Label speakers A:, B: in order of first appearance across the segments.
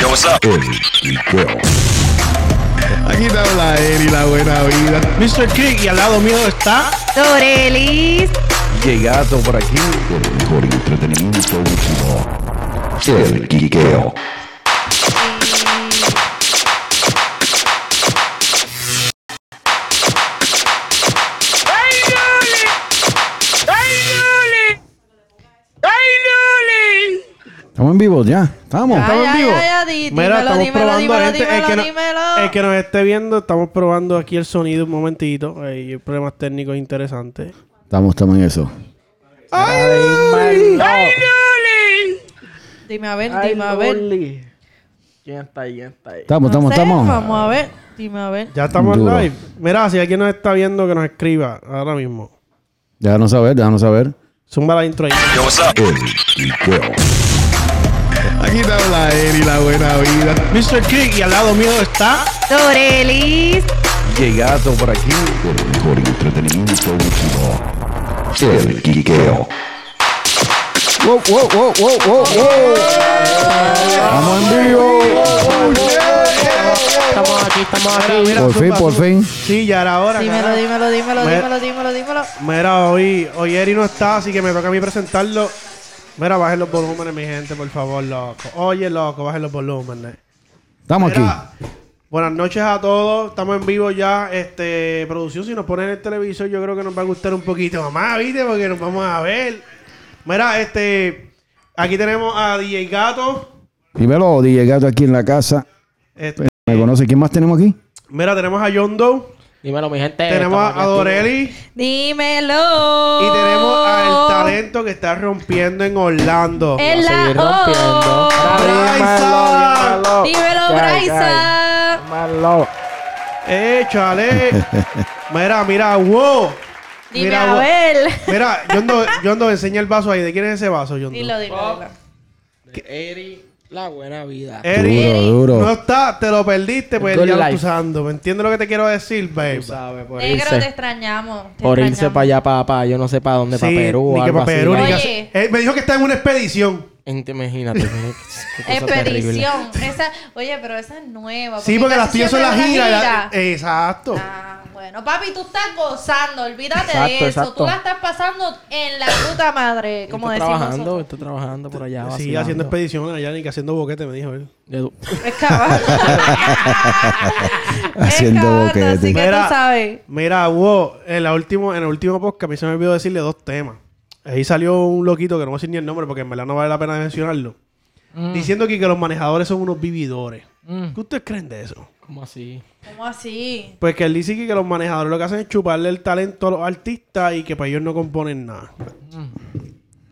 A: Yo, what's up?
B: Aquí te habla él y la buena vida. Mr. Kick y al lado mío está.
C: Dorelis.
D: Llegado por aquí.
E: El mejor entretenimiento último. El Quiqueo.
D: Estamos en vivo ya. Estamos.
C: Ya,
B: Estamos en
C: ya,
B: vivo.
C: ya, ya, di-
B: Mira,
C: dímelo,
B: estamos
C: dímelo,
B: probando.
C: dímelo,
B: gente, el, que no-
C: dímelo.
B: el que nos esté viendo, estamos probando aquí el sonido un momentito. Hay problemas técnicos interesantes.
D: Estamos, estamos en eso.
F: Ay,
C: Dime a ver,
F: Ay,
C: dime a ver.
F: Loli. ¿Quién está ahí? ¿Quién está ahí?
D: Estamos,
C: No
D: estamos,
C: sé,
D: estamos.
C: Vamos a ver, dime a ver.
B: Ya estamos
D: Duro.
B: live. Mira, si alguien nos está viendo, que nos escriba ahora mismo.
D: Déjanos saber, déjanos saber.
B: Zumba la intro ahí.
A: Yo, what's up?
E: El Quiqueo.
B: Aquí te habla él y la buena vida. Mr. Kick y al lado mío está.
C: Dorelis.
D: Llegado por aquí.
E: El mejor entretenimiento último. El Quiqueo.
D: Wow, wow, wow, wow, wow, wow. Estamos en vivo.
F: Estamos aquí, estamos aquí.
D: Por fin, por fin.
B: Sí, ya era hora.
C: Dímelo,
B: carajo.
C: dímelo, dímelo,
B: Me-
C: dímelo, dímelo, dímelo.
B: Mira, hoy, hoy Eri no está, así que me toca a mí presentarlo. Mira, bajen los volúmenes, mi gente, por favor, loco. Oye, loco, bajen los volúmenes.
D: Estamos aquí.
B: Mira, buenas noches a todos. Estamos en vivo ya. Este, producción, si nos ponen el televisor, yo creo que nos va a gustar un poquito más, ¿viste? Porque nos vamos a ver. Mira, este, aquí tenemos a DJ Gato.
D: Dímelo, DJ Gato aquí en la casa.
B: Este,
D: ¿Me conoce? ¿Quién más tenemos aquí?
B: mira, tenemos a John Doe.
F: Dímelo, mi gente.
B: Tenemos
F: Eh, estamos aquí
B: a, a
F: activos.
B: Dorelli.
C: Dímelo.
B: Y tenemos
F: Oh.
B: al talento que está rompiendo en Orlando.
C: En
F: Vamos a seguir
C: la
F: rompiendo.
B: Bryza.
F: Oh. Dímelo, dímelo.
C: Dímelo,
F: Ay, ay,
C: Bryza.
F: Dímelo.
B: ¡Échale! mira, mira, wow.
C: Dime
B: mira,
C: a
B: wow.
C: ver.
B: Mira, Yondo, Yondo, enseña el vaso ahí. ¿De quién es ese vaso, Yondo?
C: Dilo, dilo, dilo.
F: Eri, la buena vida.
B: Eri,
D: Duro,
B: no
D: duro.
B: está, te lo perdiste, pues ya
F: Good
B: lo estás
F: life.
B: usando. ¿Me entiendes lo que te quiero decir, babe?
F: Tú sabes, por
C: Negro, te
F: irse.
C: extrañamos. te
F: Por irse
C: extrañamos.
F: para allá, para, para yo no sé para dónde, para
B: Sí,
F: Perú o
B: ni que
F: algo
B: pa'
F: así.
B: Perú, ni que
C: Oye.
B: así. Eh, me dijo que está en una expedición.
F: Gente, Imagínate. qué- qué cosa terrible.
C: Expedición. Esa, oye, pero esa es nueva.
B: Sí, porque las
C: casi
B: tías son las
C: siempre es una
B: giras. la-
C: gira.
B: eh. exacto.
C: Ah, bueno, papi, tú estás gozando, olvídate de
F: Exacto,
C: eso. Tú
F: exacto.
C: la estás pasando en la puta madre, como
F: Estoy
C: decimos
F: trabajando,
C: nosotros.
F: estoy trabajando por allá.
B: sí,
F: vacilando.
B: haciendo expedición allá, ni que haciendo boquete, me dijo él.
F: Edu-
C: Es cabrón.
D: Haciendo
C: Es cabrón,
D: boquete.
C: Así que
B: Mira.
C: tú sabes.
B: Mira, wow, en, la último, en el último podcast a mí se me olvidó decirle dos temas. Ahí salió un loquito que no voy a decir ni el nombre porque en verdad no vale la pena mencionarlo. Diciendo aquí que los manejadores son unos vividores.
F: Mm.
B: ¿Qué ustedes creen de eso?
F: ¿Cómo así?
C: ¿Cómo así?
B: Pues que él dice que que los manejadores lo que hacen es chuparle el talento a los artistas y que para ellos no componen nada.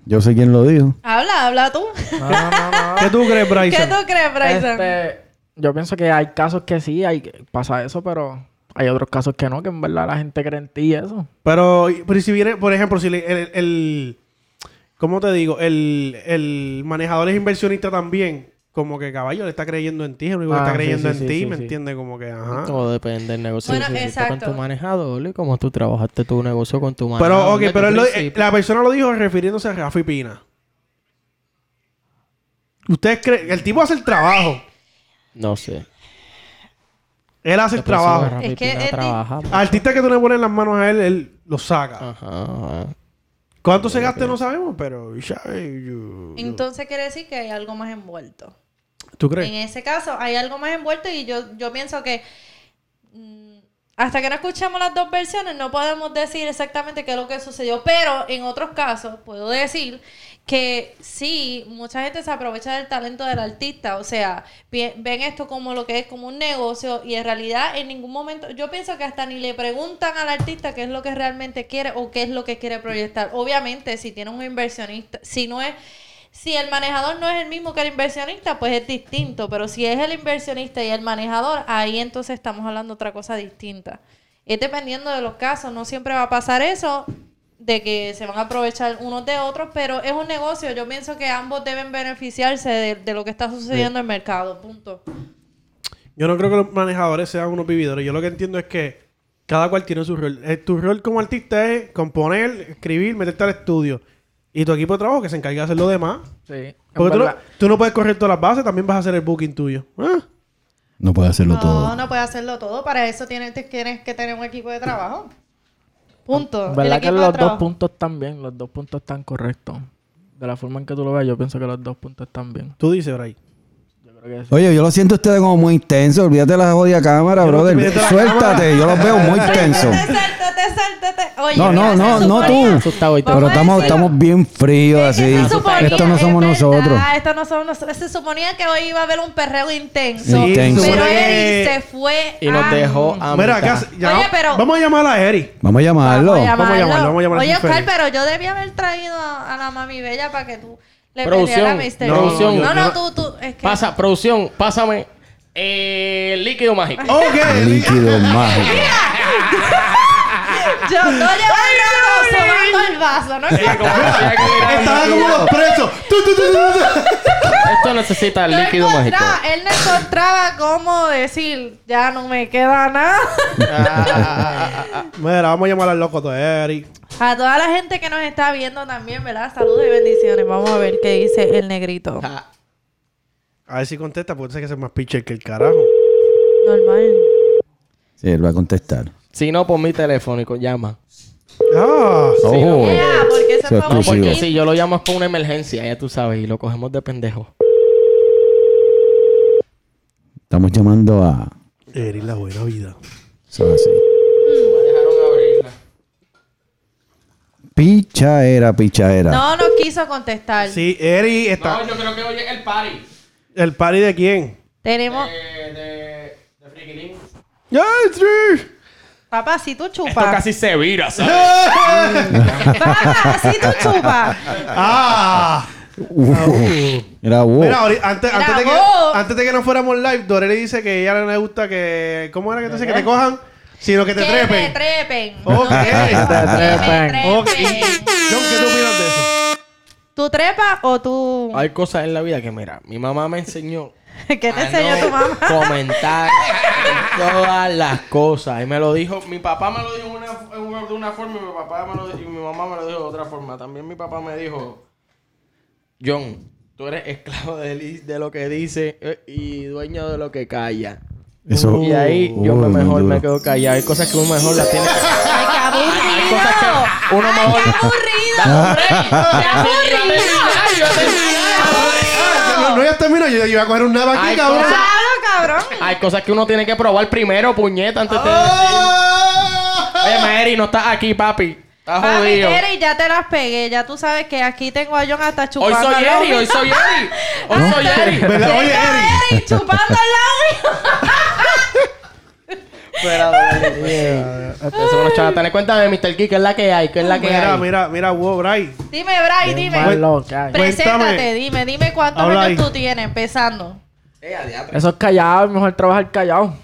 D: Yo sé quién lo dijo.
C: Habla, habla tú.
F: No, no, no, no.
B: Ah. ¿Qué tú crees,
C: ¿Qué
B: Bryson?
C: tú crees, Bryson?
F: Este, yo pienso que hay casos que sí, hay, pasa eso, pero hay otros casos que no, que en verdad la gente cree en ti y eso.
B: Pero, pero si viene, por ejemplo, si le- el, el- ¿Cómo te digo? El, el manejador es inversionista también. Como que caballo le está creyendo en ti, es el único que
F: Ah,
B: está
F: sí,
B: creyendo
F: sí,
B: en
F: sí,
B: ti,
F: sí,
B: ¿me
F: sí.
B: entiendes? Como que,
G: Ah.
B: ajá.
F: Todo depende del negocio.
C: Bueno,
F: que hiciste
C: exacto.
F: Con tu manejador y cómo tú trabajaste tu negocio con tu manejador.
B: Pero, ok,
F: desde
B: pero
F: el
B: él lo- eh,
F: principio.
B: la persona lo dijo refiriéndose a Rafi Pina. ¿Ustedes creen? El tipo hace el trabajo.
F: No sé.
B: Él hace el trabajo.
C: Es que
F: Es que
C: es
F: trabaja.
B: Artista que tú le pones las manos a él, él lo saca.
F: Ajá, ajá.
B: ¿Cuánto se gaste? No sabemos, pero... ya, eh, yo-
C: Entonces quiere decir que hay algo más envuelto.
B: ¿Tú
C: En
B: crees?
C: ese caso, hay algo más envuelto y yo, yo pienso que mm, hasta que no escuchemos las dos versiones no podemos decir exactamente qué es lo que sucedió. Pero en otros casos puedo decir que sí, mucha gente se aprovecha del talento del artista. O sea, pi- ven esto como lo que es como un negocio y en realidad en ningún momento, yo pienso que hasta ni le preguntan al artista qué es lo que realmente quiere o qué es lo que quiere proyectar. Obviamente, si tiene un inversionista, si no es... Si el manejador no es el mismo que el inversionista, pues es distinto. Pero si es el inversionista y el manejador, ahí entonces estamos hablando otra cosa distinta. Es dependiendo de los casos. No siempre va a pasar eso de que se van a aprovechar unos de otros, pero es un negocio. Yo pienso que ambos deben beneficiarse de, de lo que está sucediendo en el mercado. Punto.
B: Yo no creo que los manejadores sean unos vividores. Yo lo que entiendo es que cada cual tiene su rol. Eh, tu rol como artista es componer, escribir, meterte al estudio. Y tu equipo de trabajo que se encarga de hacer lo demás.
F: Sí. en
B: Porque tú no,
F: verdad.
B: tú no puedes correr todas las bases, también vas a hacer el booking tuyo. Ah.
D: No puede hacerlo
C: No,
D: todo.
C: no puede hacerlo todo. Para eso tienes, te- tienes que tener un equipo de trabajo. Punto. El
F: ¿Verdad que
C: equipo de
F: los dos
C: trabajo.
F: puntos están bien? Los dos puntos están correctos. De la forma en que tú lo veas, yo pienso que los dos puntos están bien.
B: Tú dices, Bray.
F: Yo creo que sí.
D: Oye, yo lo siento a ustedes como muy intenso. Olvídate de la jodida cámara,
B: Yo no te
D: brother.
B: olvidé de la
D: Suéltate, yo los veo muy tensos.
C: Sáltate, sáltate, sáltate. Oye,
D: No, no,
C: mira,
D: no,
C: se
D: no
C: suponía-
D: tú.
F: Asustado y todo.
D: Pero
C: Vamos a
D: estamos,
C: decirlo.
D: estamos bien fríos así.
C: Es que se suponía,
D: Esto no
C: es
D: somos
C: verdad,
D: nosotros.
C: Esto no somos nosotros. Se suponía que hoy iba a haber un perreo intenso.
D: Sí, Intenso.
C: Pero
B: supone
C: Eddie
B: que-
C: se fue.
G: Y nos
C: a-
G: dejó a
B: Mira,
G: mitad.
B: acá. ya-
C: Oye, pero-
B: Vamos a llamar a Eri.
D: Vamos a llamarlo.
C: Vamos a llamarlo.
B: Vamos a llamarlo, vamos a llamarlo,
C: Oye,
B: sin
C: Oscar,
B: Félix.
C: pero yo debía haber traído a, a la mami bella para que tú le
G: Producción,
C: pidieras a Mr.
B: no,
C: Bean.
G: yo-
C: no, no,
G: yo no-
C: tú, tú. Es que
G: Pasa, producción, pásame eh, el líquido mágico.
B: Ok. Eri.
D: Líquido mágico.
C: yo no llevo el rato sobando el vaso. No
G: Sí, como
C: importa.
G: decía que era
B: Estaba
G: líquido.
B: como los presos. Tu, tu, tu, tu, tu.
G: Esto necesita el
C: No
G: líquido mágico.
C: encontraba- Él no encontraba cómo decir, ya no me queda nada.
B: Mira, vamos a llamar al loco de Eri.
C: A toda la gente que nos está viendo también, ¿verdad? Saludos y bendiciones. Vamos a ver qué dice el negrito.
B: A ver si contesta, porque sé que es más pitcher que el carajo.
C: Normal.
D: Sí, él va a contestar.
G: Si no, por mi telefónico, llama.
B: Ah.
D: Ojo.
C: Ya, porque ese
D: Eso
C: fue un
D: es exclusivo.
G: Porque
C: poquito-
G: si yo lo llamo es por una emergencia, ya tú sabes, y lo cogemos de pendejo.
D: Estamos llamando a.
B: Eri, la buena vida.
D: Eso es así. Picha era, picha era.
C: No nos quiso contestar.
B: Sí, Eri está.
G: yo creo que hoy es el party
B: ¿El party de quién?
C: Tenemos.
G: Eh. de, de Frikilín.
B: ¡Ya, sí!
C: Papá, si tú chupas.
G: Esto casi se vira, ¿sabes?
C: Papá, si tú chupas.
B: ¡Ah!
D: Uf. Uh, Era vos.
B: Mira, ahorita- antes, antes de que,
C: Bravo.
B: antes de que nos fuéramos live, Dorelli dice que a ella no le gusta que. ¿Cómo era que te dice? Que te cojan, sino que te
C: Que me
B: trepen.
C: trepen.
B: Ok.
C: Que me
F: trepen.
B: Ok.
C: trepen.
B: John, ¿qué tú opinas de eso?
C: ¿Tú trepas o tú.?
G: Hay cosas en la vida que, mira, mi mamá me enseñó
C: ¿Qué te
G: a
C: enseñó
G: Ah, no
C: tu mamá?
G: Comentar todas las cosas. Y me lo dijo, mi papá me lo dijo una- una- de una forma y mi, papá me lo, y mi mamá me lo dijo de otra forma. También mi papá me dijo, John, tú eres esclavo de, li- de lo que dice eh, y dueño de lo que calla.
D: Eso-
G: y ahí yo
D: Uy,
G: me
D: muy
G: mejor
D: duro.
G: me quedo callado. Hay cosas que uno mejor las tiene.
C: ¡Ay, qué
G: Hay cosas
C: aburrido!
G: que uno
C: ¡Ay,
G: mejor. Ah,
C: qué aburrido! ¡Qué aburrido!
B: Ah, No, no, ya termino. Yo, yo iba a coger un nava aquí,
G: Ay,
B: cabrón.
G: cosa-
C: ¡Claro, cabrón!
G: Hay cosas que uno tiene que probar primero, puñeta, antes de
B: Ah.
G: decir. Oye, Mary, no estás aquí, papi. Estás
C: Papi,
G: jodido.
C: Jerry, ya te las pegué. Ya tú sabes que aquí tengo a John hasta
G: Hoy
C: chupando
G: soy
C: al
G: Eri,
C: labio.
G: hoy soy Eri. Hoy soy Eri.
B: ¿Verdad?
C: Tengo
B: Oye, Eri.
C: a Jerry chupando al labio.
G: Ustedes son unos charlatanes. Cuéntame, Mr. Key, ¿qué es la que hay? ¿Qué es la que
B: Mira,
G: hay?
B: mira, mira, wow, Bray.
C: Dime, Bray, dime.
F: Malo, que hay.
C: Preséntate,
B: Cuéntame.
C: dime, dime cuántos
B: Habla ahí.
C: años tú tienes, empezando.
F: Eso es callado, es mejor trabajar callado.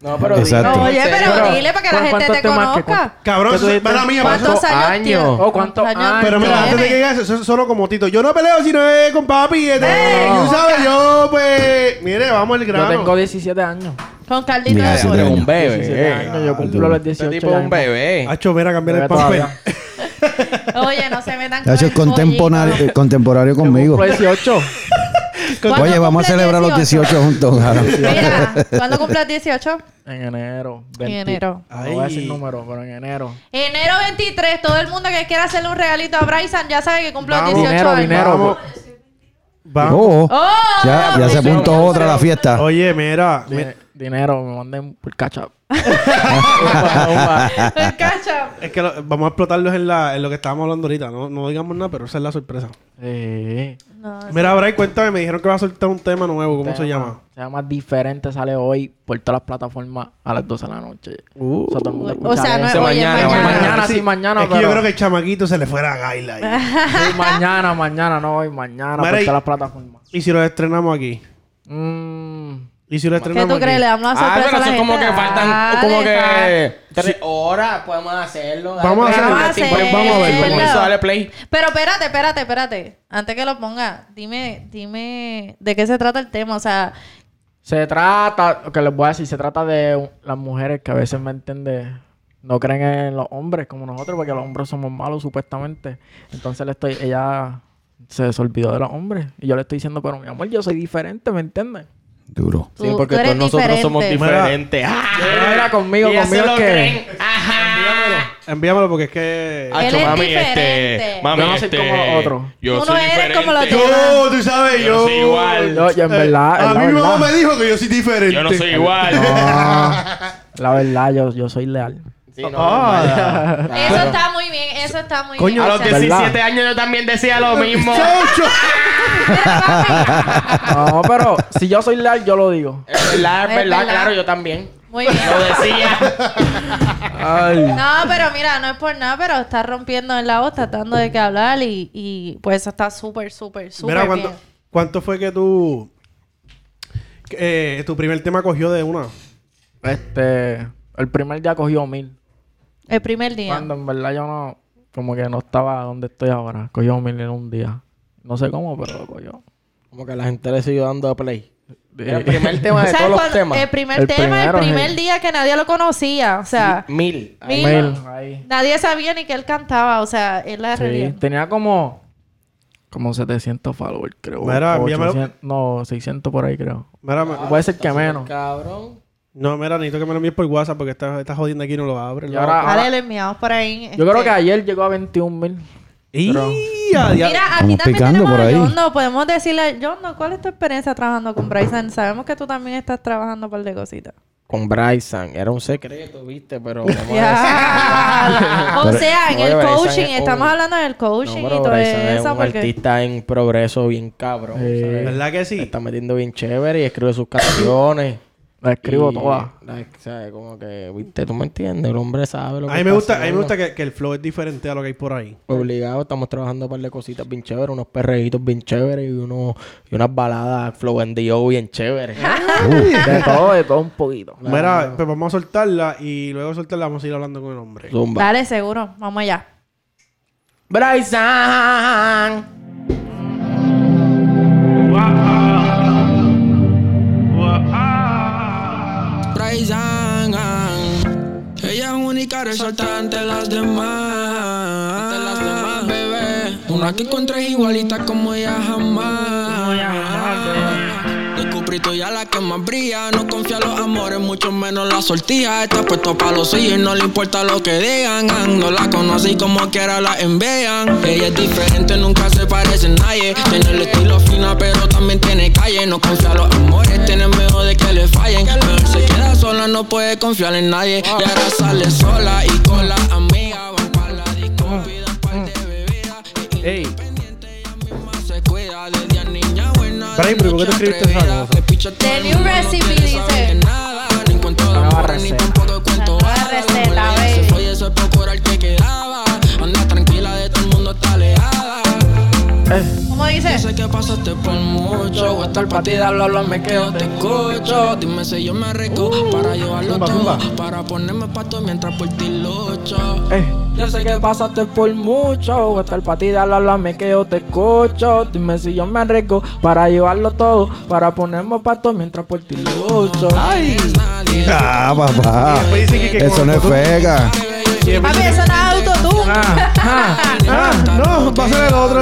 G: No, pero
D: Exacto.
G: dime,
C: Oye,
G: en serio.
C: pero dile para que la
F: ¿cu-
C: gente
F: cuántos
C: te
F: temas que-
C: conozca.
B: Cabrón,
F: ¿Qué tú
B: eso-
F: dices?
B: mala mía,
G: ¿Cuánto-
C: ¿Cuántos
G: ¿Cuántos
C: años
G: años?
C: tienes?
F: Oh, ¿cuántos años?
B: Pero mira, antes de que digas eso, eso es solo como Tito. Yo no peleo si no es con papi. este, Tú sabes, yo, pues. Mire, vamos al
F: Yo
B: grano.
F: tengo 17 años.
C: Con Carlito
D: Mira,
C: de
D: ese
G: Tú
C: Sol.
G: eres un
F: 17
G: bebé.
F: años, yo cumplo los 18
G: Este tipo es
F: ya
G: un
F: mismo.
G: bebé.
B: Hacho, ven a cambiar el
F: Bebé
B: papel.
F: todavía.
C: Oye, no se metan
D: Chacho, es
C: el pollito.
D: contemporáneo, eh, contemporáneo conmigo.
F: Cumplo 18.
C: ¿Cuándo
D: Oye, vamos
C: cumples
D: a celebrar los 18 juntos. claro.
C: Mira, ¿cuándo cumplas 18?
F: En enero.
C: En
F: 20.
C: enero.
F: No voy a
B: Ay.
F: decir número, pero en enero.
C: Enero 23, todo el mundo que quiera hacerle un regalito a Bryson ya sabe que cumple los
B: Vamos.
C: 18
F: Dinero,
C: años.
F: dinero. pues.
B: Vamos. Vamos.
D: Oh,
C: ¡Oh!
D: ya, ya se apuntó otra a la fiesta.
B: Oye, mira. mi-
F: Di- Eh, dinero, me manden por cacha.
C: El cacha.
B: Es que lo- vamos a explotarlos en, la, en lo que estábamos hablando ahorita. No, no digamos nada, pero esa es la sorpresa.
F: Sí.
C: No,
B: Mira, Bray, cuéntame. Me dijeron que va a soltar un tema nuevo. ¿Cómo se llama?
F: Se llama Diferente, sale hoy por todas las plataformas a las 12 de la noche. O sea, todo el mundo
C: o
F: escucha
C: sea, no es
F: eso.
C: hoy, es
G: Uh. mañana,
C: mañana.
F: mañana, sí, mañana,
B: Ah, Es que yo
F: pero-
B: creo que el chamaquito se le fuera a Gaila. ahí.
F: Sí, mañana, mañana, no hoy, mañana
B: Mira,
F: por
B: y-
F: todas las plataformas.
B: ¿Y si lo estrenamos aquí?
F: Mm,
B: ¿Y si lo
C: ¿Qué
B: estrenamos
C: tú crees? Le
B: aquí?
C: damos la
G: Ay,
C: sorpresa
G: Ah, pero
C: a la
G: eso
C: gente.
G: es como que faltan
C: Dale,
G: como que
C: pa.
G: tres horas podemos hacerlo. Dale,
B: Vamos a
G: play,
B: hacerlo.
C: Vamos
G: dale,
C: a
G: play,
C: hacerlo.
G: vamos a ver cómo
C: Hacerlo.
G: eso, dale play.
C: Pero espérate, espérate, espérate. Antes que lo ponga, dime, dime de qué se trata el tema. O sea,
F: Se trata, lo que les voy a decir, se trata de un- las mujeres que a veces me entiende, no creen en los hombres como nosotros, porque los hombres somos malos supuestamente. Entonces le estoy, ella se, se olvidó de los hombres. Y yo le estoy diciendo, pero mi amor, yo soy diferente, ¿me entiendes?
D: Duro.
G: Sí, porque todos nosotros somos diferentes. ¡Ah!
F: Pero Era conmigo,
G: Ya se
F: conmigo
G: lo
F: es que...
G: creen. Ajá.
B: Envíamelo porque es que.
C: Él
G: Hacho,
C: es
G: mami,
C: diferente.
G: este, mami,
F: Yo no soy
G: este,
F: como los otros.
G: Yo
C: Tú
G: soy
C: no eres
G: diferente.
C: como los otros.
B: Yo, tú sabes,
G: Yo
B: yo.
G: no soy igual.
F: No, yo en
B: Eh,
F: verdad, en
B: a
F: la
B: mí mi mamá
F: verdad.
B: me dijo que yo soy diferente.
G: Yo no soy igual.
F: No, la verdad, yo, yo soy leal.
G: Sí, no,
B: Ah.
G: no, no.
C: Eso está muy bien, eso está muy
B: Coño,
C: bien.
G: A los
C: o sea,
F: ¿verdad?
G: 17 años yo también decía lo mismo.
B: Chocho.
F: No, pero si yo soy leal, yo lo digo.
G: Es verdad, es
C: Es
G: verdad,
C: verdad.
G: claro, yo también.
C: Muy bien.
G: Lo decía.
F: Ay.
C: No, pero mira, no es por nada, pero está rompiendo en la voz, tratando de que hablar y, y pues eso está súper, súper, súper
B: Mira,
C: bien.
B: ¿cuánto, ¿cuánto fue que tú. que, eh, tu primer tema cogió de una?
F: Este, el primer día cogió mil.
C: El primer día.
F: Cuando en verdad yo no, como que no estaba donde estoy ahora. Cogió mil en un día. No sé cómo, pero lo cogió.
G: Como que la gente le siguió dando play.
F: Eh,
G: El primer tema de
C: ¿Sabes
G: todos los
C: cuándo?
G: temas.
C: El primer
F: El
C: tema,
F: primero,
C: el primer
F: sí.
C: día que nadie lo conocía. O sea,
G: Mil.
C: mil-
F: mil, ahí.
C: nadie sabía ni que él cantaba. O sea, él la
F: Sí,
C: revió.
F: tenía como como 700 followers, creo.
B: Mira,
F: O
B: envíamelo. Ah,
F: 800, no, 600 por ahí, creo.
B: Mira, me-
F: Puede ser que menos.
G: Cabrón.
B: no, mira, necesito que me lo envíes por WhatsApp porque esta, esta jodiendo aquí no lo abre.
F: Y
B: lo
F: ahora-
B: abre.
C: Dale, lo enviamos por ahí.
F: Yo
C: este.
F: creo que ayer llegó a 21 mil.
B: ¡Y!
F: Pero-
B: a diablo.
C: Mira, aquí
D: Vamos
C: también
D: picando
C: tenemos
D: por
C: a
D: ahí.
C: Yondo. Podemos decirle a Yondo, ¿cuál es tu experiencia trabajando con Bryson? Sabemos que tú también estás trabajando un par de cositas.
G: Con Bryson. Era un secreto, viste, pero. vamos a
C: Ya. o
G: Pero-
C: sea, en
G: Oye,
C: el
G: Bryson
C: coaching,
G: es un-
C: estamos hablando del
G: No,
C: coaching y
G: pero
C: todo
G: Bryson es
C: eso,
G: un
C: porque
G: artista en progreso bien cabrón. ¿sabes?
B: ¿Verdad que sí?
G: Se está metiendo bien chévere y escribe sus canciones.
F: La escribo
G: Y,
F: toda.
G: like, ¿sabes? Como que, viste, tú me entiendes, el hombre sabe lo que
B: A mí me
G: está
B: gusta, a mí me
G: haciendo.
B: gusta que, que el flow es diferente a lo que hay por ahí.
G: Obligado, estamos trabajando un par de cositas bien chéveres, unos perreitos bien chéveres y, unos, y unas baladas flow and D.O. bien chéveres.
F: De todo, de todo un poquito.
B: Mira, pues vamos a soltarla y luego de soltarla vamos a ir hablando con el hombre.
G: Zumba.
C: dale seguro, vamos allá.
G: Bryson.
H: Traición. Ella es única, resalta ante las demás. Ante las demás, bebé. Una que encontré igualita como ella jamás. Descubrito ya la que más brilla. No confía en los amores, mucho menos la sortija. Está puesto para los sillos y no le importa lo que digan. Ah, No la conocí como quiera la envían. Ella es diferente, nunca se parece a nadie. Tiene el estilo fina, pero también tiene calle. No confía en los amores, tiene miedo de que le fallen. Mejor se queda sola, no puede confiar en nadie. Y ahora sale sola y con la amiga. Van para la disco, pidan par de bebidas.
B: Ey,
H: Más se cuida desde a niña buena.
B: Brian, ¿pero por qué tú escribiste esa cosa?
C: The new recipe dice.
H: Nada, no encuentro de amor ni tampoco de cuento
C: Nueva
H: bala.
C: receta,
H: Como la
C: baby.
H: hice, fue eso es por curar que quedaba. Anda tranquila, de todo el mundo está alejada.
C: ¿Cómo
H: Yo
C: dice?
H: sé que pasaste por mucho. Voy a estar pa' ti, dale, habla, me quedo, te escucho. Dime si yo me arriesgo para llevarlo
B: zumba,
H: todo.
B: zumba.
H: Para ponerme pato mientras por ti lucho.
F: Eh. Yo sé que pasaste por mucho, voy a estar para ti, dale, háblame que yo te escucho. Dime si yo me arriesgo para llevarlo todo, para ponerme pato mientras por ti lucho.
H: Ay, nadie.
D: Ah, papá.
B: Después dice que- que
D: Eso no es
B: cuando tú-
D: fega.
C: Papi, eso no es autotune.
B: Ah, no, va a ser el otro.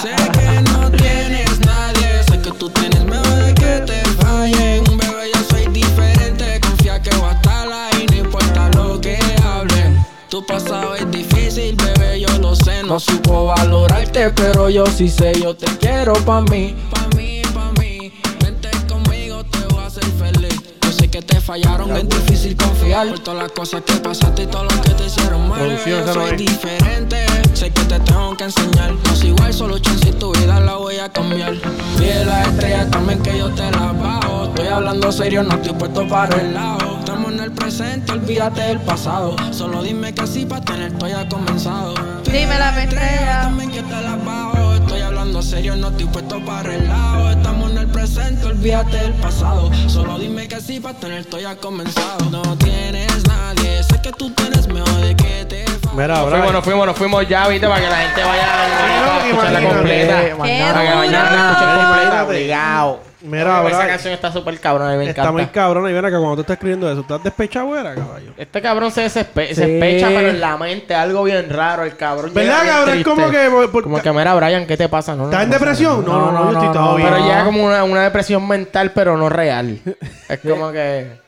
H: Sé que no tienes nadie, sé que tú tienes miedo de que te fallen. Bebé, yo soy diferente, confía que voy a estar ahí, no importa lo que hablen. Tu pasado es difícil, bebé, yo lo sé, no
F: No
H: soy
F: supo valorarte, pero yo sí sé, yo te quiero pa' mí.
H: pa' mí, pa' mí. Vente conmigo, te voy a hacer feliz. Yo sé que te fallaron, es difícil confiar por todas las cosas que pasaste y todo lo que te hicieron mal. bebé,
B: Producción,
H: yo
B: esa no
H: soy
B: es.
H: diferente, sé que te tengo que enseñar. No soy igual, solo chance y tu vida la voy a cambiar. Pide la estrella también que yo te la bajo. Estoy hablando serio, no estoy puesto para el lado. Estamos en el presente, olvídate del pasado. Solo dime que sí para tener, estoy ya comenzado.
C: Dime la
H: Estrella,
C: estrella.
H: también que te la bajo. Estoy hablando serio, no estoy puesto para relajo. Estamos en el presente, olvídate del pasado. Solo dime que sí para tener todo ya comenzado. No tienes nadie, sé que tú tienes miedo de que te falle.
B: Mira,
G: Nos fuimos,
B: ahora.
G: nos fuimos, nos fuimos ya, viste, para que la gente vaya a
B: Claro,
G: escucharla
B: imagínate.
G: completa.
F: Eh,
C: Qué
G: Para que
C: duro.
G: mañana la escuchen completa,
B: Imagínate.
G: obligado.
B: Mira,
G: Esa
B: ahora
G: canción está súper cabrona, me
B: está
G: encanta.
B: muy cabrón. Y ven acá, cuando tú estás escribiendo eso, estás despechado, era, caballo.
G: Este cabrón se desespe-
F: Sí.
G: se despecha, pero en la mente, algo bien raro, el cabrón.
B: ¿Verdad,
G: llega bien
B: cabrón? Es
G: triste.
B: como que por- por-
G: Como que, mira, Brian, ¿qué te pasa? No, no,
B: ¿Estás en
G: no pasa
B: depresión? No, no, no,
F: No,
B: yo
F: no,
B: estoy
F: no,
B: todo
G: nada.
F: no,
B: bien.
G: Pero
F: No.
G: llega como una, una depresión mental, pero no real. Es como que...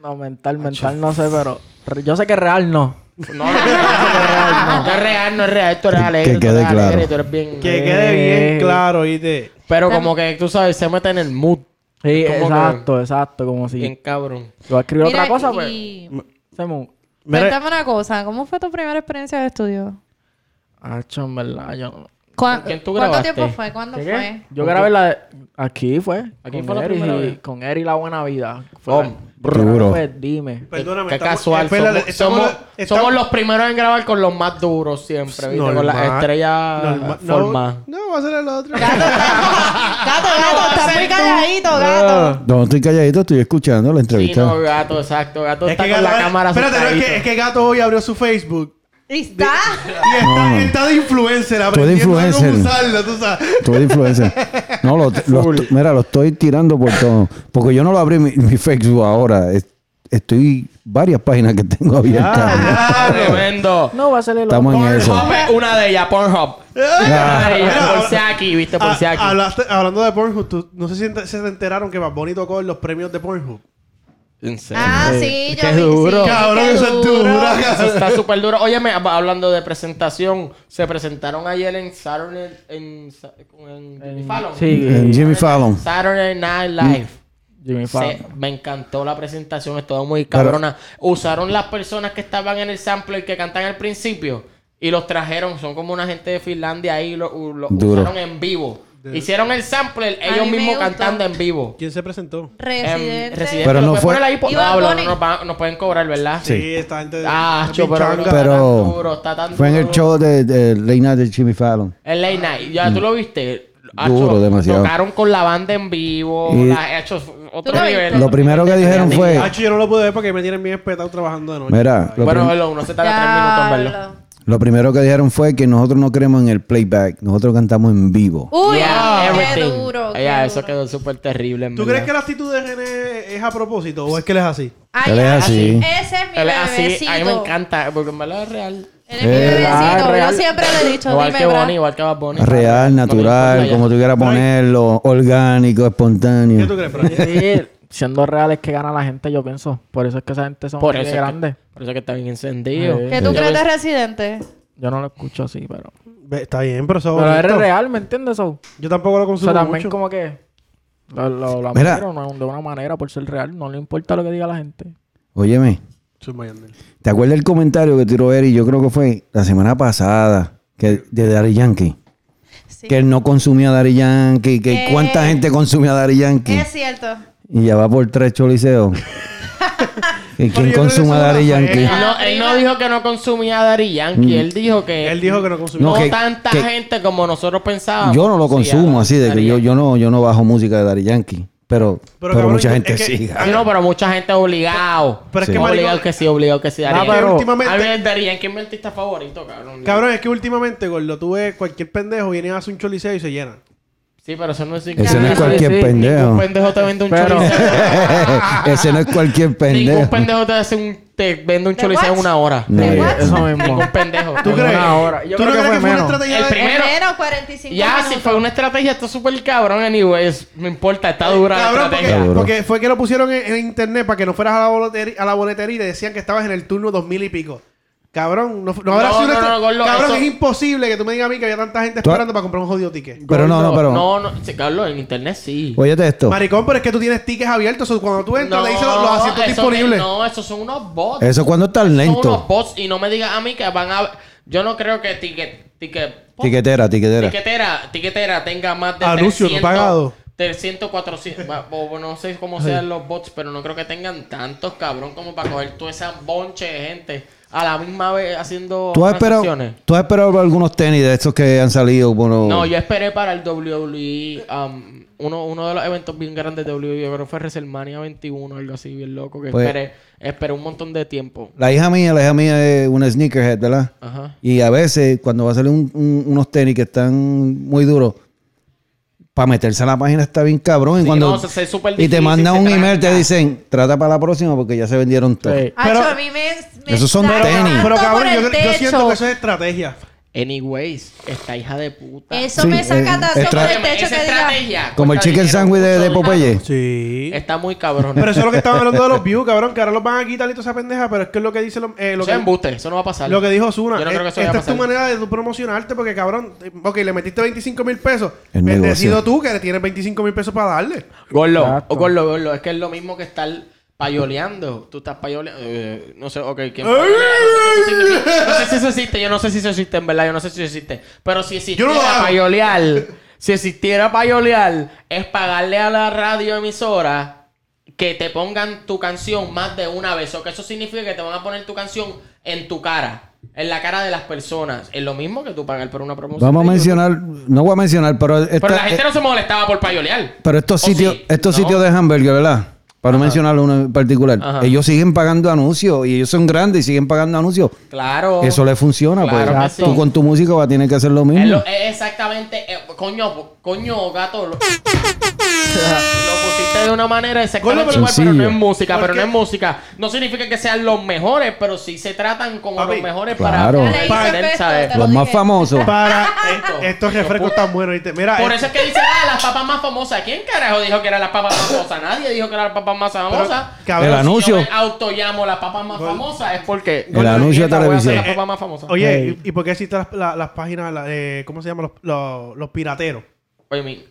F: No, mental, mental no sé, pero re- yo sé que real no.
G: No, no, no, no, no, no, no es real, no es real. Esto es real.
D: Que
G: esto es
D: quede
G: real,
D: claro.
G: esto es bien-
B: Que quede bien claro, oíste.
G: Pero como que, tú sabes, se mete en el mood.
F: Sí,
G: Como que-
F: exacto, exacto, como si
G: Bien cabrón.
F: yo escribo
C: Mira,
F: otra cosa, pues
C: y-
F: se mu-
B: Mira,
C: Cuéntame una cosa, ¿cómo fue tu primera experiencia de estudio?
F: Acho, en verdad, yo no- ¿Eh?
C: ¿Cuán-
G: ¿Con quién tú
C: ¿Cuánto
G: grabaste?
C: tiempo fue? ¿Cuándo fue?
F: Yo grabé la de- aquí fue.
G: Aquí
F: con
G: fue la
F: Eri
G: primera
F: y-
G: vez.
F: Con Eri la buena vida. Fue
G: Oh,
F: la-
D: bro.
F: Pues dime.
B: perdóname.
G: Qué
B: estamos-
G: casual.
B: espera,
G: somos,
B: estamos-
G: somos-
B: estamos-
G: somos los primeros en grabar con los más duros siempre, ¿viste? Con las
B: Normal.
G: estrellas
B: Normal. No,
G: formadas.
B: No, va a ser el otro.
C: Gato, gato, Ah, está muy calladito, gato.
D: No estoy calladito, estoy escuchando la
G: Sí, no,
D: entrevista.
G: gato, exacto. Gato está con
B: Gato-
G: la cámara
B: Espérate, no, es que,
G: asustadito.
B: es que Gato hoy abrió su Facebook.
C: Y está.
B: Y está, está de influencer, aprendiendo a cómo
D: influencer.
B: usarlo, tú sabes.
D: Todo influencer. No, lo, lo- mira, lo estoy tirando por todo. Porque yo no lo abrí mi, mi Facebook ahora. Es- Estoy varias páginas que tengo abiertas.
B: Ah,
G: Tremendo.
F: No va a ser el
D: Estamos en eso. Ah,
G: Pornhub es una de ellas, Pornhub. Una de ellas,
B: Mira,
G: por si aquí, ¿viste? Por
B: Ah,
G: si aquí.
B: hablaste- hablando de Pornhub, tú- no sé si ent- se te enteraron que Bad Bunny tocó en los premios de Pornhub.
G: En serio.
C: Ah, sí, yo
G: Oh. Qué
C: vi. sí,
G: duro.
C: qué
B: Cabrón, eso es duro.
G: Eso está súper duro. Óyeme, hab- hablando de presentación, se presentaron ayer en Saturday en, Sa- en Jimmy Fallon.
F: Sí,
D: En Jimmy Fallon.
G: Saturday Night Live.
F: Jimmy
G: Se-
F: Fallon.
G: me encantó la presentación, es todo muy cabrona. Usaron las personas que estaban en el sampler que cantan al principio y los trajeron, son como una gente de Finlandia ahí, los lo
D: Duro.
G: usaron en vivo. Hicieron el sampler ellos
C: mí me
G: mismos
C: gustó.
G: cantando en vivo.
B: ¿Quién se presentó?
G: Em, Residente,
C: Residente.
D: Pero
G: ¿lo
D: no
G: puedes
D: fue-
G: poner ahí por-
C: Y
G: No,
C: Bad
G: hablo, no
C: Bunny.
G: nos, van- nos pueden cobrar, ¿verdad?
B: Sí, esta gente. de-
G: Ah,
B: de
G: cho, pero,
B: pichanga.
G: pero-
D: Pero
G: tan duro, está tan
D: fue en el
G: duro.
D: show de, de Late Night de Jimmy Fallon.
G: El late night, ya tú lo viste. Hacho,
D: Duro, demasiado.
G: Tocaron con la banda en vivo.
D: Y-
G: la- hacho, otro
C: ¿Tú lo
G: nivel.
C: viste?
D: Lo primero que dijeron fue...
B: Ah, cho, yo no lo pude ver porque me tienen bien espetado trabajando de noche.
D: Mira, lo,
G: Bueno,
D: prim-
G: verlo, uno se tarda tres minutos en verlo.
D: lo primero que dijeron fue que nosotros no creemos en el playback. Nosotros cantamos en vivo.
C: Uy,
G: Yeah,
C: qué
G: everything.
C: duro. qué
G: Yeah,
C: duro.
G: eso quedó súper terrible. en
B: ¿Tú
G: verdad.
B: crees que la actitud de René es a propósito o es que él es así?
C: Ay,
D: Él es así.
C: Ese es mi
G: Él es así,
C: bebecito.
G: a mí me encanta, porque en verdad es real.
C: Él es mi bebecito. Yo siempre le he dicho,
G: Igual
C: dime,
G: que
C: Bra.
G: Bonnie, igual que Bad Bunny.
D: Real,
G: Bonnie,
D: natural,
G: ponla ya.
D: como tú quieras ponerlo, orgánico,
B: ¿Qué
D: espontáneo.
B: tú crees, Brian?
F: Sí, siendo reales que gana la gente, yo pienso. Por eso es que esa gente son
G: Por
F: así
G: eso, es
F: de
G: que,
F: grandes.
G: por eso es que está bien encendido.
F: Sí.
D: Eh.
C: ¿Qué tú
G: Yo
C: crees de
G: pensé-
C: Residente?
F: Yo no lo escucho así, pero.
B: Ve, Está bien, pero eso.
F: Pero
B: bonito.
F: eres real, ¿me entiendes? So?
B: Yo tampoco lo
F: O sea,
B: consumo
F: también
B: mucho.
F: como que. Lo, lo, lo
D: Mira.
F: admiro, no, de una manera por ser real. No le importa lo que diga la gente.
D: Óyeme,
B: Soy Mayandel.
D: ¿te acuerdas el comentario que tiró Eri? Yo creo que fue la semana pasada, que de Daddy Yankee.
C: Sí.
D: Que él no consumía Daddy Yankee, que
C: Eh.
D: cuánta gente consumía Daddy
G: Mm.
D: Yankee.
C: Es cierto.
D: Y ya va por tres choliseos. ¿Y
B: Pero
D: quién
B: yo creo que eso
D: consuma
B: es una
D: Daddy
B: fe.
D: Yankee?
G: Él no, él no dijo que no consumía Daddy Yankee. Él dijo que
B: Él dijo que no consumía.
G: no,
D: Mm. No, que-
G: tanta
D: que-
G: gente como nosotros pensábamos.
D: Yo no lo consumo así, de que
G: Daddy
D: yo, yo, no, yo no bajo música de Daddy Yankee. Pero, pero,
B: cabrón,
D: mucha
B: yo-
D: gente
B: es que-
D: sí.
G: Sí, Ah, no, pero mucha gente obligado.
B: Pero es
G: Sí.
B: que, maricón,
G: obligado que sí, obligado que sí.
F: Ah,
G: Darían.
F: pero-
G: A
B: últimamente-
G: ver, Darían, ¿quién artista favorito, cabrón?
B: Cabrón, es que últimamente, gordo, tú ves cualquier pendejo viene a hacer un choliseo y se llena.
G: Sí, pero eso no es...
D: Ese no
F: sí,
D: es cualquier
F: sí,
G: Ningún
D: pendejo.
G: pendejo te vende un
F: Pero-
G: choriceo.
D: Ese no es cualquier
G: Ningún
D: pendejo.
G: pendejo te, hace un, te vende un
C: ¿De
G: choriceo en
C: what?
G: una hora.
D: No,
C: ¿De
D: yo-
C: what?
F: Eso mismo.
G: Ningún pendejo.
B: ¿Tú
F: En
B: crees?
F: una hora. Yo
B: ¿Tú
F: creo
B: no
F: que
B: crees que fue
F: fue
B: una
F: menos.
B: estrategia
G: El
B: de-
G: primer- Primero-
C: Primero, menos 45
G: Ya, si
C: minutos.
G: fue una estrategia, está súper cabrón, anyways. No importa, está dura la
B: Cabrón,
G: estrategia.
B: porque,
D: Seguro.
B: porque fue que lo pusieron en, en internet para que no fueras a la, boleteri- a la boletería y te decían que estabas en el turno dos mil y pico. Cabrón, no, no habrá
G: No,
B: sido una
G: no,
B: estra-
G: no, gordo,
B: Cabrón,
G: eso-
B: es imposible que tú me digas a mí que había tanta gente
D: Tú-
B: esperando para comprar un jodido ticket.
D: Pero no, no, pero.
G: No, no, sí, Carlos, en internet sí.
D: Óyete esto.
B: Maricón, pero es que tú tienes tickets abiertos. o cuando tú entras,
G: No,
B: te dicen los, los asientos
G: eso-
B: disponibles.
G: No, esos son unos bots.
D: Eso cuando estás
G: Son unos
D: lento.
G: bots y no me digas a mí que van a... Yo no creo que ticket... ticket
D: Tiquetera, tiquetera.
G: Tiquetera, tiquetera tenga más de
B: Anuncio no
G: 300,
B: pagado.
G: 300, 400, va- o no sé cómo sean los bots, pero no creo que tengan tantos cabrón como para coger toda esa bonche de gente a la misma vez haciendo
D: ¿Tú has, esperado,
G: transacciones.
D: ¿Tú has esperado algunos tenis de estos que han salido? Bueno,
G: No, yo esperé para el WWE, um, uno, uno de los eventos bien grandes de WWE, yo creo que fue WrestleMania 21, algo así bien loco, que
D: Pues-
G: esperé, esperé un montón de tiempo.
D: La hija mía, la hija mía es una sneakerhead, ¿verdad?
G: Ajá.
D: Y a veces, cuando va a salir un- un- unos tenis que están muy duros, para meterse a la página está bien cabrón. y,
G: Sí,
D: cuando,
G: no, se- se es súper
D: y te
G: difícil,
D: mandan
G: se
D: un
G: tranca.
D: email, te dicen, trata para la próxima porque ya se vendieron todos.
F: Eh,
B: Sí.
C: Acho,
B: Pero-
C: a mí me, me
D: Esos son
C: está
D: tenis.
C: dando
B: Pero cabrón,
C: por
B: yo,
C: el
B: yo siento que
C: techo.
B: eso es estrategia.
G: Anyways, esta hija de puta.
C: Eso
D: Sí,
C: me saca
D: eh,
C: tanto por
D: estra-
C: el techo
G: Esa
C: que diga.
G: estrategia
D: Como el
G: cuesta
D: chicken
G: dinero,
D: sandwich de,
G: punto
D: de
G: de
D: Popeye.
B: Sí.
G: lado. Está muy cabrón.
B: Pero eso
G: Eso
B: es lo que estaban hablando de los views, cabrón, que ahora los van a quitar y toda esa pendeja, pero es que es lo que dice lo, eh, lo
G: es
B: que,
G: embuste, eso no va a pasar.
B: lo que dijo Zuna. Eh,
G: Yo no creo que eso
B: esta
G: vaya a
B: es tu
G: pasar.
B: manera de tú promocionarte porque, cabrón, eh, ok, le metiste 25 mil pesos.
D: El
B: Bendecido
D: negocio.
B: tú que le tienes 25 mil pesos para darle.
G: Gorlo,
F: Exacto.
G: o gorlo, gorlo, es que es lo mismo que estar payoleando. Tú estás payoleando. eh, no sé, ok, ¿quién payolea? No sé si eso existe. No sé si eso existe, yo no sé si eso existe, en verdad, yo no sé si eso existe. Pero si
B: Yo
G: existiera
B: no lo hago.
G: payolear, si existiera payolear, es pagarle a la radioemisora que te pongan tu canción más de una vez. O que eso significa que te van a poner tu canción en tu cara, en la cara de las personas. Es lo mismo que tú pagar por una promoción.
D: Vamos a
G: de YouTube.
D: mencionar, no voy a mencionar, pero, esta- eh,
G: Pero la gente no se molestaba por payolear.
D: pero estos
G: ¿O
D: sitios,
G: Oh, sí?
D: estos
G: No.
D: sitios de hamburger, ¿verdad? Para no mencionar uno en particular.
G: Ajá.
D: Ellos siguen pagando anuncios y ellos son grandes y siguen pagando anuncios.
G: Claro.
D: Eso le funciona,
G: Oh. Claro
D: pues.
G: que
D: Tú
G: sí.
D: con tu música vas a tener que hacer lo mismo.
G: Es lo- es exactamente. eh, coño, po- coño, gato. Lo, lo pusiste de una manera exactamente
B: Coño, pero-
G: igual, pero no
D: Sencillo.
G: es música. Pero
B: Porque-
G: no es música. No significa que sean los mejores, pero sí se tratan como
B: Papi,
G: los mejores
D: claro.
G: para.
C: Dale,
G: para-
C: hizo
G: ¿sabes?
C: efecto, te lo
D: Los más
C: dije.
D: famosos.
B: Para eh,
G: Esto.
B: estos refrescos tan buenos, ¿viste? Mira,
G: Por
B: eh,
G: eso es que dicen, ah, las papas más famosas. ¿Quién carajo dijo que eran las papas más famosas? Nadie dijo que eran las papas más famosas.
B: cabrón,
D: El
G: Si yo
D: anuncio.
G: me autollamo las papas más famosas es porque.
D: El anuncio de
G: Mierda, voy a hacer
D: televisión.
G: Las papas más famosas.
B: eh,
G: Oye,
B: Oye,
F: Ey.
B: ¿y, y por qué existen las, la- las páginas, la- eh, cómo se llaman? Los, los, los pirateros?
G: mi-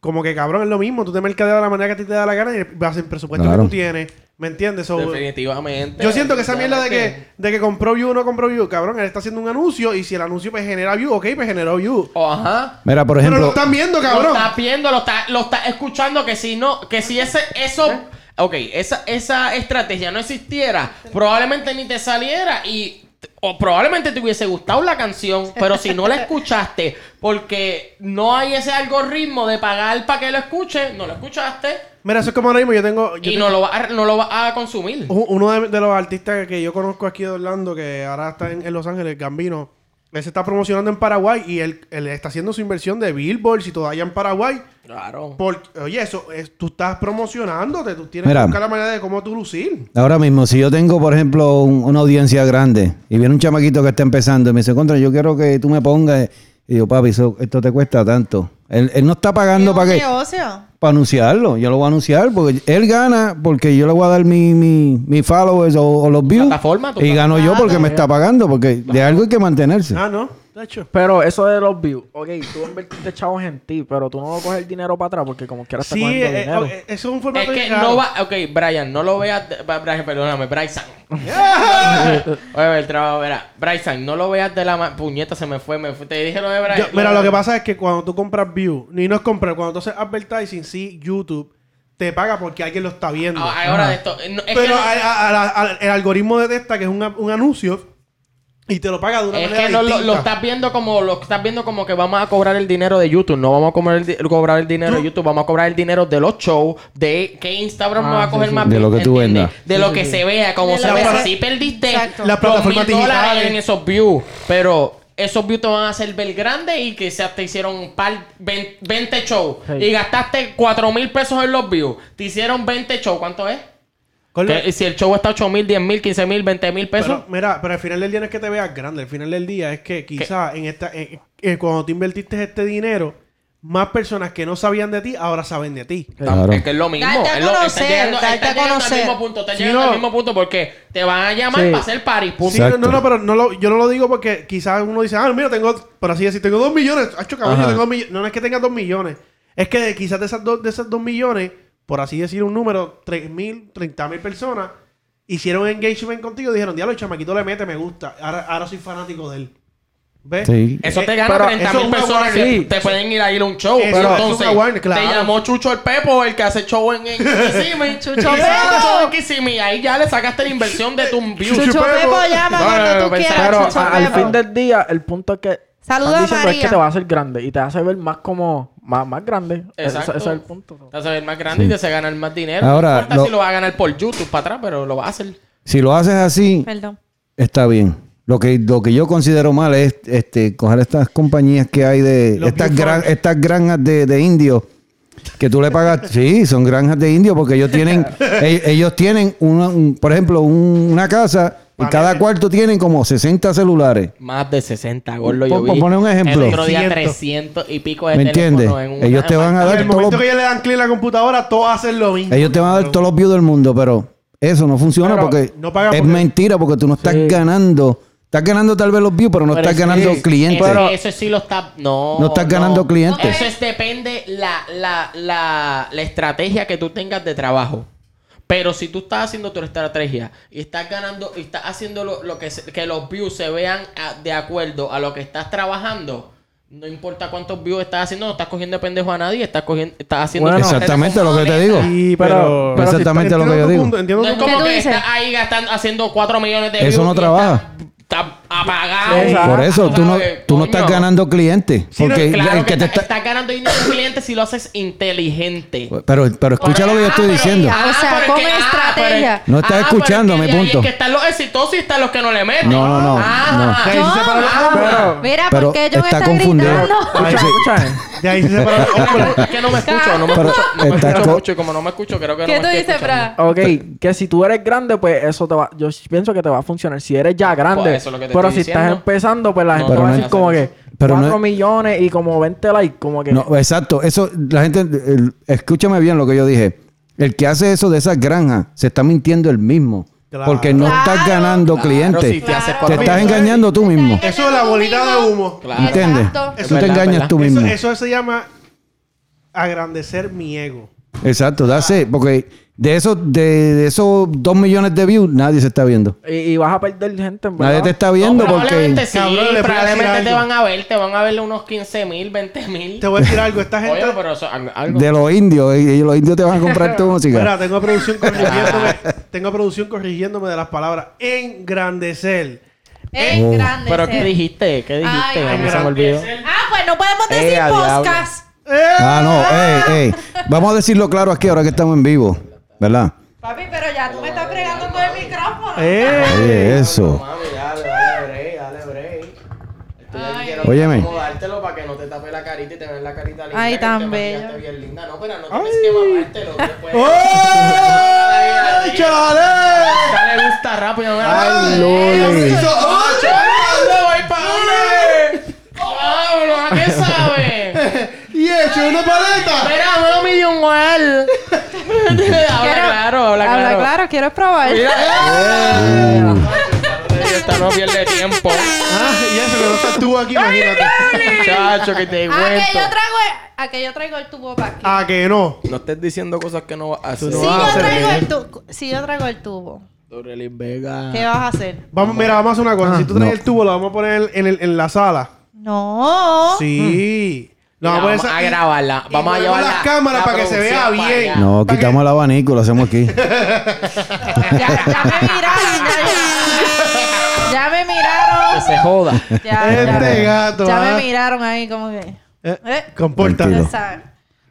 B: Como que, cabrón, es lo mismo. Tú te mercadeas de la manera que a ti te da la gana y vas en presupuesto
D: Claro.
B: que tú tienes. ¿Me entiendes? So,
G: definitivamente.
B: yo siento que esa mierda de que,
G: definitivamente.
B: de que compró view o no compró view, cabrón, él está haciendo un anuncio y si el anuncio pues genera view, ok, pues generó view.
G: Oh, ajá.
D: Mira, por
B: Pero lo
D: ejemplo,
B: están viendo, cabrón.
G: Lo está viendo, lo está, lo está escuchando que si no, que si ese, eso,
B: ¿Eh?
G: ok, esa, esa estrategia no existiera, probablemente ni te saliera y o probablemente te hubiese gustado la canción, pero si no la escuchaste, porque no hay ese algoritmo de pagar para que lo escuche, no lo escuchaste
B: Mira, eso es como ahora mismo. Yo tengo. yo
G: y
B: tengo-
G: no lo vas a, no lo vas a consumir.
B: u- Uno de, de los artistas que yo conozco aquí de Orlando, que ahora está en, en Los Ángeles, Gambino, él se está promocionando en Paraguay y él, él está haciendo su inversión de billboards y todavía en Paraguay.
G: Claro.
B: Porque, oye, eso es- tú estás promocionándote, tú tienes
D: Mira.
B: que buscar la manera de cómo tú lucir.
D: ahora mismo, si yo tengo, por ejemplo, un- una audiencia grande y viene un chamaquito que está empezando y me dice, contra, yo quiero que tú me pongas. Y yo, papi, eso- esto te cuesta tanto. Él, él no está pagando
C: Es
D: para
C: un
D: qué.
C: negocio.
D: Para anunciarlo, yo lo voy a anunciar porque él gana porque yo le voy a dar mi, mi, mi followers o, o los views.
G: Plataforma, tu
D: y gano yo porque me está pagando, porque de algo hay que mantenerse.
B: Ah, ¿no? De hecho.
F: Pero eso de los views, ok, tú invertiste chavos en ti, pero tú no coges el dinero para atrás porque como quieras
B: Sí,
F: te cogiendo
B: eh,
F: dinero.
B: eh, eso es un
G: Es
B: formato
G: que
B: bien raro.
G: no va. Ok, Brian, no lo veas. de- ba- Brian, perdóname, Bryson. Oye, el trabajo, verá. Bryson, no lo veas de la ma- puñeta, se me fue, me fue. Te dije lo de Bryson.
B: Yo- mira, lo que pasa es que cuando tú compras view, ni no es comprar, cuando tú haces advertising, sí, YouTube te paga porque alguien lo está viendo.
G: Ah, Ahora de esto. no, es que
B: Pero
G: no-
B: a- a- a la- al- el algoritmo detecta que es un, a- un anuncio y te lo paga de una
G: es
B: manera
G: que no lo,
B: distinta.
G: lo estás viendo como lo estás viendo como que vamos a cobrar el dinero de YouTube, no vamos a cobrar el, di- cobrar el dinero de YouTube, vamos a cobrar el dinero de los shows, de que Instagram me va a coger más
D: Ah, De lo
G: views,
D: que tú
G: ¿entiendes?
D: vendas.
G: De lo que se vea, como
C: De
G: se
C: lo
B: que
G: vea.
B: se-
G: Si perdiste
C: Exacto.
B: Las plataformas
G: 2.000 dólares
B: digitales.
G: en esos views, pero esos views te van a hacer ver grande y quizás te hicieron un par 20, 20 shows
F: Sí.
G: y gastaste 4 mil pesos en los views, te hicieron 20 shows, ¿cuánto es?
B: Con-
G: Que- si el show está 8 mil, 10 mil, 15 mil, 20 mil pesos.
B: Pero, mira, pero al final del día no es que te veas grande. Al final del día es que quizás en esta, en- en- cuando tú invertiste este dinero, más personas que no sabían de ti ahora saben de ti.
D: Claro.
G: Es que es lo mismo.
C: Darte a
G: es lo- estás
C: conocer,
G: llegando-
C: darte
G: estás
C: a
G: llegando
C: conocer.
G: al mismo punto. Estás
B: Sí,
G: llegando
B: no.
G: al mismo punto porque te van a llamar
F: Sí.
G: para hacer party. punto.
B: Sí, no,
D: Exacto.
B: no, no, pero no lo, yo no lo digo porque quizás uno dice, ah, mira, tengo, por así decir, tengo dos millones. Hacho, cabrón, yo
G: Ajá.
B: tengo dos millones. No, no es que tenga dos millones. Es que de- quizás de esas, dos- de esas dos millones, por así decir un número, tres mil, treinta mil personas, hicieron engagement contigo y dijeron, diablo, el chamaquito le mete, me gusta. Ahora, ahora soy fanático de él. ¿Ves?
D: Sí.
G: Eso te
B: Eh,
G: gana
F: pero
G: 30
B: eso es
G: mil
B: una buena-
G: personas que
F: sí.
G: te pueden ir a ir a un show.
B: Eso
G: pero
B: es
G: entonces,
B: una buena- claro.
G: te llamó Chucho el Pepo, el que hace show en, en Kissimmee.
C: Chucho
G: Y se hace
C: Pepo.
G: show en Kissimmee. Ahí ya le sacaste la inversión de tu view.
B: Chucho
C: Chucho
B: Pepo.
C: Pepo, llama
G: No, no,
C: cuando
G: no,
C: tú
G: pero-
C: quieras.
F: Pero
C: Chucho
F: a- al
C: Pepo.
F: fin del día, el punto es que.
C: Saluda a
F: están diciendo es
C: María.
F: que te va a hacer grande y te hace ver más como. Más, más grande. Eso-
G: Exacto.
F: Ese, es el punto.
G: Te vas a ver más grande y te vas a ganar más dinero.
D: Ahora,
G: no importa
D: lo-
G: si lo vas a ganar por YouTube para atrás, pero lo vas a hacer.
D: Si lo haces así,
C: Perdón.
D: está bien. Lo que, lo que yo considero mal es este, coger estas compañías que hay de.
B: Los
D: Estas,
B: Big
D: gran-
B: Four.
D: estas granjas de, de indios que tú le pagas. sí, son granjas de indios porque ellos tienen. e- ellos tienen, una, un- por ejemplo, un- una casa y cada cuarto tienen como 60 celulares.
G: Más de 60 gordo yo
D: Pon-
G: vi.
D: pon un ejemplo.
G: El otro día
B: 100.
G: 300 y pico de
D: ¿Me entiendes?
G: teléfonos en una
D: Ellos te van a
G: pantalla.
B: En el
D: dar todos
B: momento
D: los
B: que ellos le dan clic a la computadora, todos hacen lo mismo.
D: Ellos te van a dar todos los views del mundo, pero eso no funciona
B: Pero
D: porque
B: no pagan
D: es
B: porque-
D: mentira porque tú no estás
G: Sí.
D: ganando. Estás ganando tal vez los views, pero no
G: Pero
D: estás
G: es-
D: ganando
G: sí,
D: clientes.
G: Pero eso sí lo está. No.
D: No estás ganando clientes.
G: Eso es, depende la, la, la, la estrategia que tú tengas de trabajo. Pero si tú estás haciendo tu estrategia y estás ganando, y estás haciendo lo, lo que, se- que los views se vean a- de acuerdo a lo que estás trabajando, no importa cuántos views estás haciendo, no estás cogiendo de pendejo a nadie, estás, cogiendo, estás haciendo.
F: Bueno,
G: tu estrategia
D: Exactamente
G: como
D: lo que te
G: meta.
D: digo.
B: Sí,
F: Pero-
D: pero exactamente
B: entiendo
D: lo que yo
B: tu
D: digo.
B: punto, entiendo
G: No es
B: tu-
C: ¿Qué
G: como
C: tú
G: que
C: dices?
G: estás ahí gastando, haciendo 4 millones de views.
D: Eso no
G: y está-
D: trabaja.
G: Está apagado.
F: Exacto.
D: Por eso, tú no,
G: ¿Sabes?
D: tú no estás
G: Coño.
D: ganando clientes.
B: Sí, no,
D: Porque
G: Claro
D: Eh, el
G: que,
D: que te
G: está-
D: está- Pues,
G: estás ganando dinero al cliente si lo haces inteligente.
D: Pero, pero escucha lo que yo estoy
G: Ah, pero-
D: diciendo.
G: ah,
C: O sea,
G: pero es
C: con
G: que- ah,
C: estrategia.
G: pero es-
D: No estás
G: ah, pero
D: escuchando,
G: es que
D: mi
G: de ahí
D: punto.
G: Es que están los exitosos y están los que no le meten.
D: No, no, no,
G: Ah,
B: no.
C: John,
F: pero-
C: mira,
D: pero
C: ¿por qué John
D: está
C: está,
D: confundido.
C: gritando?
F: Escucha, escucha. eh.
B: De ahí se separa. Hombre,
G: Es que no me escucho, no me
D: Pero
G: escucho, no me
D: está
G: escucho
D: co-
G: mucho y como no me escucho creo que
C: ¿Qué
G: no me
C: tú
G: estoy
C: dices,
G: escuchando.
C: Fra?
F: Ok,
G: Pues,
F: que si tú eres grande, pues eso te va. Yo pienso que te va a funcionar. Si eres ya grande.
G: Pues eso es lo que te
F: pero si
G: estoy
F: estás
G: diciendo.
F: empezando, pues la
G: No
F: gente
D: te
F: va a
D: vas a
F: decir
D: hacer
F: como
G: eso.
F: que
D: Pero no
F: 4
D: es-
F: millones y como 20 likes. Como que.
D: No, exacto. Eso, la gente, el- escúchame bien lo que yo dije. El que hace eso de esas granjas se está mintiendo el mismo.
B: Claro.
D: Porque no estás
C: Claro.
D: ganando
G: Claro,
D: clientes.
G: si te haces por
D: Te
G: mí,
D: estás
B: eso es-
D: engañando tú mismo.
B: Eso es la bolita de humo.
G: Claro.
D: ¿Entiendes?
C: Exacto.
D: Tú
B: Es
D: te
G: verdad,
D: engañas
G: verdad.
D: tú
B: Eso,
D: mismo.
B: eso se llama agrandecer mi ego.
D: Exacto, dase, porque de esos, de, de esos dos millones de views, nadie se está viendo.
F: Y, y vas a perder gente, en
D: Nadie
F: verdad.
D: te está viendo
G: No, probablemente
D: porque.
G: sí,
B: Cabrón, le voy a decir
G: probablemente te
B: algo.
G: van a ver, te van a ver unos 15 mil, 20 mil.
B: Te voy a decir algo. Esta gente.
G: Oye, pero eso, algo...
D: De los indios, y, y los indios te van a comprar tu música.
B: Mira, tengo producción corrigiéndome. tengo producción corrigiéndome de las palabras. Engrandecer.
C: Es grande.
G: ¿Pero
C: ese.
G: qué dijiste? ¿Qué dijiste?
C: Ay,
G: A mí
B: ay,
G: se me
B: ay.
G: olvidó.
C: Ah, pues no podemos decir
G: Eh, a
C: podcast.
B: ¡Eh!
D: Ah, no, ey, ey. Vamos a decirlo claro aquí ahora que estamos en vivo, ¿verdad?
C: Papi, pero ya tú me estás fregando con el micrófono.
B: ¡Eh!
D: Oye, eso.
A: Mami, dale, dale break, dale break. Estoy aquí,
C: Ay,
A: quiero
D: Óyeme.
A: acomodártelo para que no te tape la carita y te veas la carita linda.
C: Ay,
A: que
C: tan
A: te maquillaste
C: bello.
A: bien linda. No, pero no tienes que mamártelo. que puedes-
D: Oh.
B: ¡Ay, chavales!
G: Ya le gusta rápido. ¿no?
B: ¡Ay, Dios mío! ¡Ay,
G: ¡Pablo, voy ¡Pablo, ¿a qué sabe?
B: ¡Y hecho una paleta!
G: Espera, mami de un gual. habla
C: Quiero-
G: claro, habla claro.
C: Habla claro, quiero probar.
G: Esta no pierde tiempo.
B: Ah, y eso que no estás tú aquí, imagínate.
G: Chacho, que te
C: Ah, que
G: cuento.
C: yo traigo el, ah, que yo traigo el tubo para aquí.
B: Ah, que no.
G: No estés diciendo cosas que no vas a hacer.
B: no
C: si,
B: vas a
C: yo
B: hacer
C: traigo
B: bien. Ah.
C: el tu- si yo traigo el tubo,
G: Dorelin Vega.
C: ¿qué vas a hacer?
B: Vamos, mira, vamos a hacer una cosa. si tú traes
D: no.
B: el tubo, lo vamos a poner en, el- en la sala.
C: No.
B: Sí. Lo vamos a poner
G: Ah. Mira, vamos
B: pues esa-
G: a
B: y-
G: grabarla.
B: y
G: Vamos a
B: ponemos
G: llevar
B: las cámaras para que se vea bien.
D: No,
B: ¿Para
D: quitamos el abanico, lo hacemos aquí.
C: Ya, ya me miraron. Ya, ya- ya me miraron.
G: Que se joda.
C: Ya, ya,
B: Este
C: me-
B: gato,
C: ya
B: ah.
C: me miraron ahí como que.
B: Eh,
C: Eh,
B: compórtate.
D: Tranquilo.
C: ya sabes.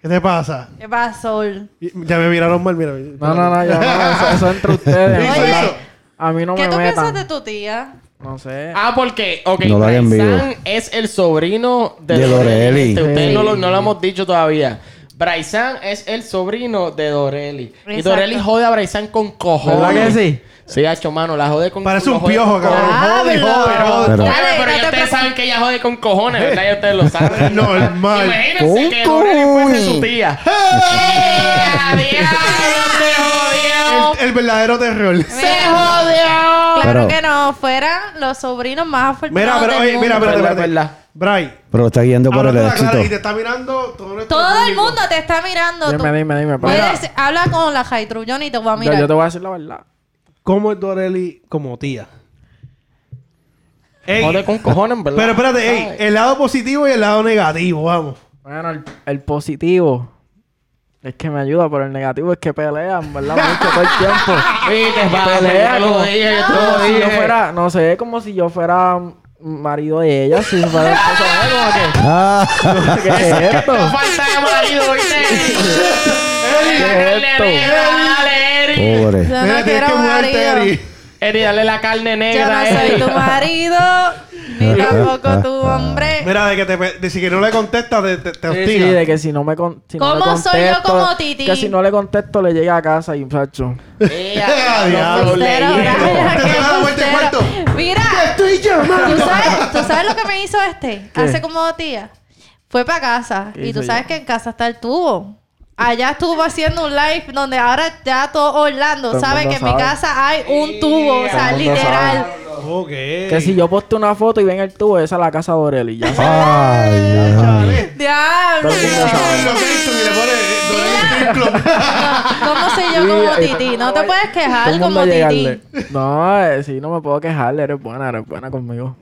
B: ¿Qué te pasa?
C: ¿Qué pasó? ¿Qué
B: Ya me miraron mal, mira.
F: No, no, no, ya, no, eso, eso entre ustedes. en
B: Hizo,
F: verdad.
B: hizo.
F: A mí no me
C: tú piensas
F: metan.
C: de tu tía?
F: No sé.
G: Ah, porque, ok,
D: No lo hagan
G: Bryson
D: vivo.
G: es el sobrino de,
D: De Dorelli.
G: Este, Ustedes
F: Sí.
G: no, lo, no lo hemos dicho todavía. Bryson es el sobrino de Dorelli. Y
C: Exacto.
G: Dorelli jode a Bryson con cojones.
F: ¿Verdad que sí?
G: Sí, hacho, mano, la jode con
B: Parece
G: lo
B: un
G: jode
B: piojo,
G: con
B: cabrón.
G: cojones.
B: Jode, jode, jode.
D: Pero-
G: Ay,
C: Dale, no
G: pero ya
C: te
G: ustedes
C: preocupes.
G: saben que ella jode con cojones, ¿verdad? Ya ustedes lo saben.
B: Normal.
G: Imagínense que
D: Con
G: Dorelli fuese
D: cojones.
G: su tía.
B: ¡Eh! El, el verdadero terror.
C: ¡Se jodió! Claro que no, fueran los sobrinos más afortunados.
B: Mira, pero,
C: del
B: oye, mira,
C: mundo.
B: espérate,
G: Verdad,
B: espérate.
G: verdad.
B: Bray,
D: Pero lo está guiando por el
B: hablando clara y te
D: éxito.
B: está mirando todo nuestro
C: Todo el
B: público.
C: mundo te está mirando. tú.
F: Dime, dime, dime. pero-
C: Puedes- habla con la Jaitruyón y te voy a
F: Yo,
C: mirar.
F: yo te voy a decir la verdad.
B: ¿Cómo es Dorelli como tía? Ey,
G: Jode con cojones, ¿verdad?
B: pero espérate, ey, el lado positivo y el lado negativo, vamos.
F: Bueno, el, el positivo es que me ayuda, pero el negativo es que pelean, ¿verdad? Mucho todo el tiempo.
G: Viste, papi, yo
F: pelea
G: te lo
F: como,
G: dije, yo te lo
F: como si yo
G: dije.
F: fuera, Ah, no sé, como si yo fuera mm, marido de ella, si fuera esposo de ella,
D: Ah,
F: como que, ¿qué es esto?
G: No falta de marido, ¿viste? Dale,
F: esto?
G: Dale, Eric.
D: pobre.
C: Yo
B: Mira,
C: no
B: tienes
C: quiero
B: que mudarte,
C: marido.
B: Eri.
G: Eri, dale la carne
C: Yo no
G: negra.
C: soy
B: eh.
G: Eri.
C: tu marido, ni tampoco tu hombre.
B: Mira, de que, te, de si que no le contestas, te, te, te
F: Sí,
B: hostiga.
F: de que si no me con, si no le
C: ¿Cómo soy yo
F: contesto-
C: como Titi?
F: Que si no le contesto, le llega a casa y muchacho.
G: Ella,
B: Diablo.
G: no,
C: Embustero,
G: leyendo.
C: Brian,
B: Te
C: qué
B: da la vuelta y
C: embustero. Mira,
B: Estoy llamando.
C: ¿tú sabes, tú sabes lo que me hizo este hace como dos días. Fue para casa
F: ¿Qué
C: y tú
F: hizo
C: sabes
F: ya?
C: que en casa está el tubo. Allá estuvo haciendo un live donde ahora ya todo Orlando
F: Todo el
C: sabe
F: mundo
C: que en mi
F: sabe.
C: casa hay un tubo, o sea,
F: Todo el mundo
C: literal.
B: Ok.
F: Que si yo posteo una foto y ven el tubo, esa es la casa de Aureli. Ya.
D: Ay, Dios mío.
C: Diablo.
F: Todo el mundo sabe.
B: Lo que hizo, que le pone, eh, Don Eli
C: Mira.
B: Pimplon.
C: No, ¿Cómo soy yo como
F: Sí, eh,
C: Titi? No te puedes
F: Todo
C: quejar
F: el mundo
C: como Titi.
F: llegarle. No, eh, sí, no me puedo quejar. Eres buena, eres buena conmigo.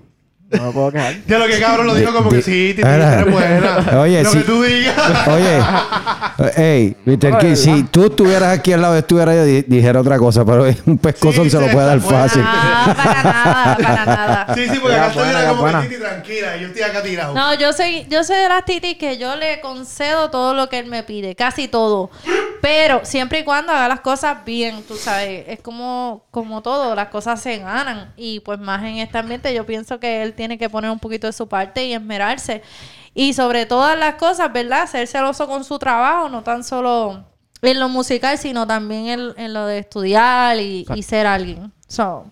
F: No me puedo quejar.
B: Ya lo que cabrón lo dijo como
D: de-
B: que sí, Titi,
D: Ahora.
B: eres buena.
D: Oye,
B: lo
D: sí.
B: que tú digas.
D: Oye, hey, Mr. King, si tú estuvieras aquí al lado, estuviera yo, di- dijera otra cosa, pero un pescozón
B: Sí,
D: se lo
B: sí,
D: puede dar
B: está buena.
D: fácil.
C: Ah, para nada, para nada.
B: Sí, sí, porque
F: Era
B: acá estoy
F: buena,
B: era
F: era
B: como
F: buena.
B: que Titi tranquila y yo estoy acá tirado.
C: No, yo soy, yo soy de las titis que yo le concedo todo lo que él me pide, casi todo. Pero siempre y cuando haga las cosas bien, tú sabes, es como, como todo, las cosas se ganan. Y pues más en este ambiente yo pienso que él tiene que poner un poquito de su parte y esmerarse. Y sobre todas las cosas, ¿verdad? Ser celoso con su trabajo, no tan solo en lo musical, sino también en, en lo de estudiar y, y ser alguien. So,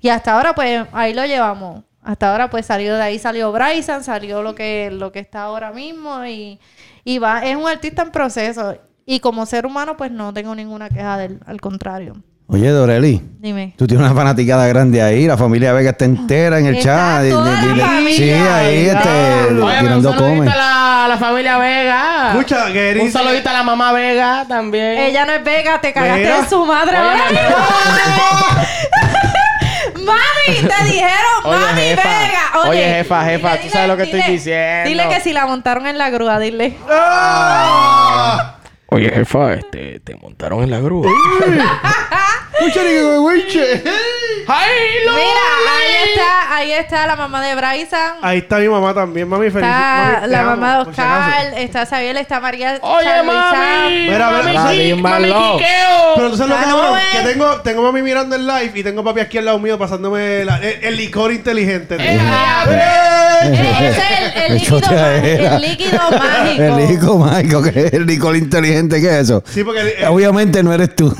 C: y hasta ahora, pues, ahí lo llevamos. Hasta ahora, pues, salió de ahí, salió Bryson, salió lo que, lo que está ahora mismo y, y va, es un artista en proceso. Y como ser humano, pues, no tengo ninguna queja del, al contrario.
D: Oye, Doreli,
C: Dime.
D: tú tienes una fanaticada grande ahí, la familia Vega está entera en el
C: Está
D: chat.
C: toda la familia.
D: sí, ahí este,
G: Oye, pero un
D: tirando
G: saludito
D: come.
G: a la, a la familia Vega.
B: Escucha, que Eri
G: Un
B: dice-
G: saludito a la mamá Vega también.
C: Ella no es Vega, te cagaste
B: Mira.
C: en su madre
G: Eh, Oye,
C: ahora
G: me-
C: mismo. Mami, te dijeron,
G: Oye,
C: mami,
G: jefa.
C: Vega. Oye,
G: Oye, jefa, jefa, tú sabes lo que estoy
C: dile-
G: diciendo.
C: Dile que si la montaron en la grúa, dile.
B: ¡Ah!
G: Oye, jefa, este, te montaron en la grúa.
B: Escucha, ni que güeyche.
G: ¡Ay, lo-
C: Mira, ahí está, ahí está la mamá de Bryson.
B: Ahí está mi mamá también, mami. Feliz.
C: Está
B: mami, te
C: la
B: amo,
C: mamá de
B: por si acaso.
C: Oscar, está Sabiel, está María
G: Oye,
C: Charloizán.
G: mami.
B: Mira, mira,
G: mami,
F: mira,
G: qui-
F: mira,
G: mami,
F: mira.
G: quiqueo.
B: Pero tú sabes lo que
C: Ah, no,
B: cabrón,
C: eh.
B: que tengo, tengo mami mirando el live y tengo papi aquí al lado mío pasándome la- el, el licor inteligente. tío.
C: ah. Eh, Ese es el, el líquido,
D: Eso te
C: ma-
D: era.
C: el líquido mágico.
D: El líquido mágico, que es el licor inteligente, ¿qué es eso?
B: Sí, porque el-
D: Ah,
B: el-
D: Obviamente no eres tú.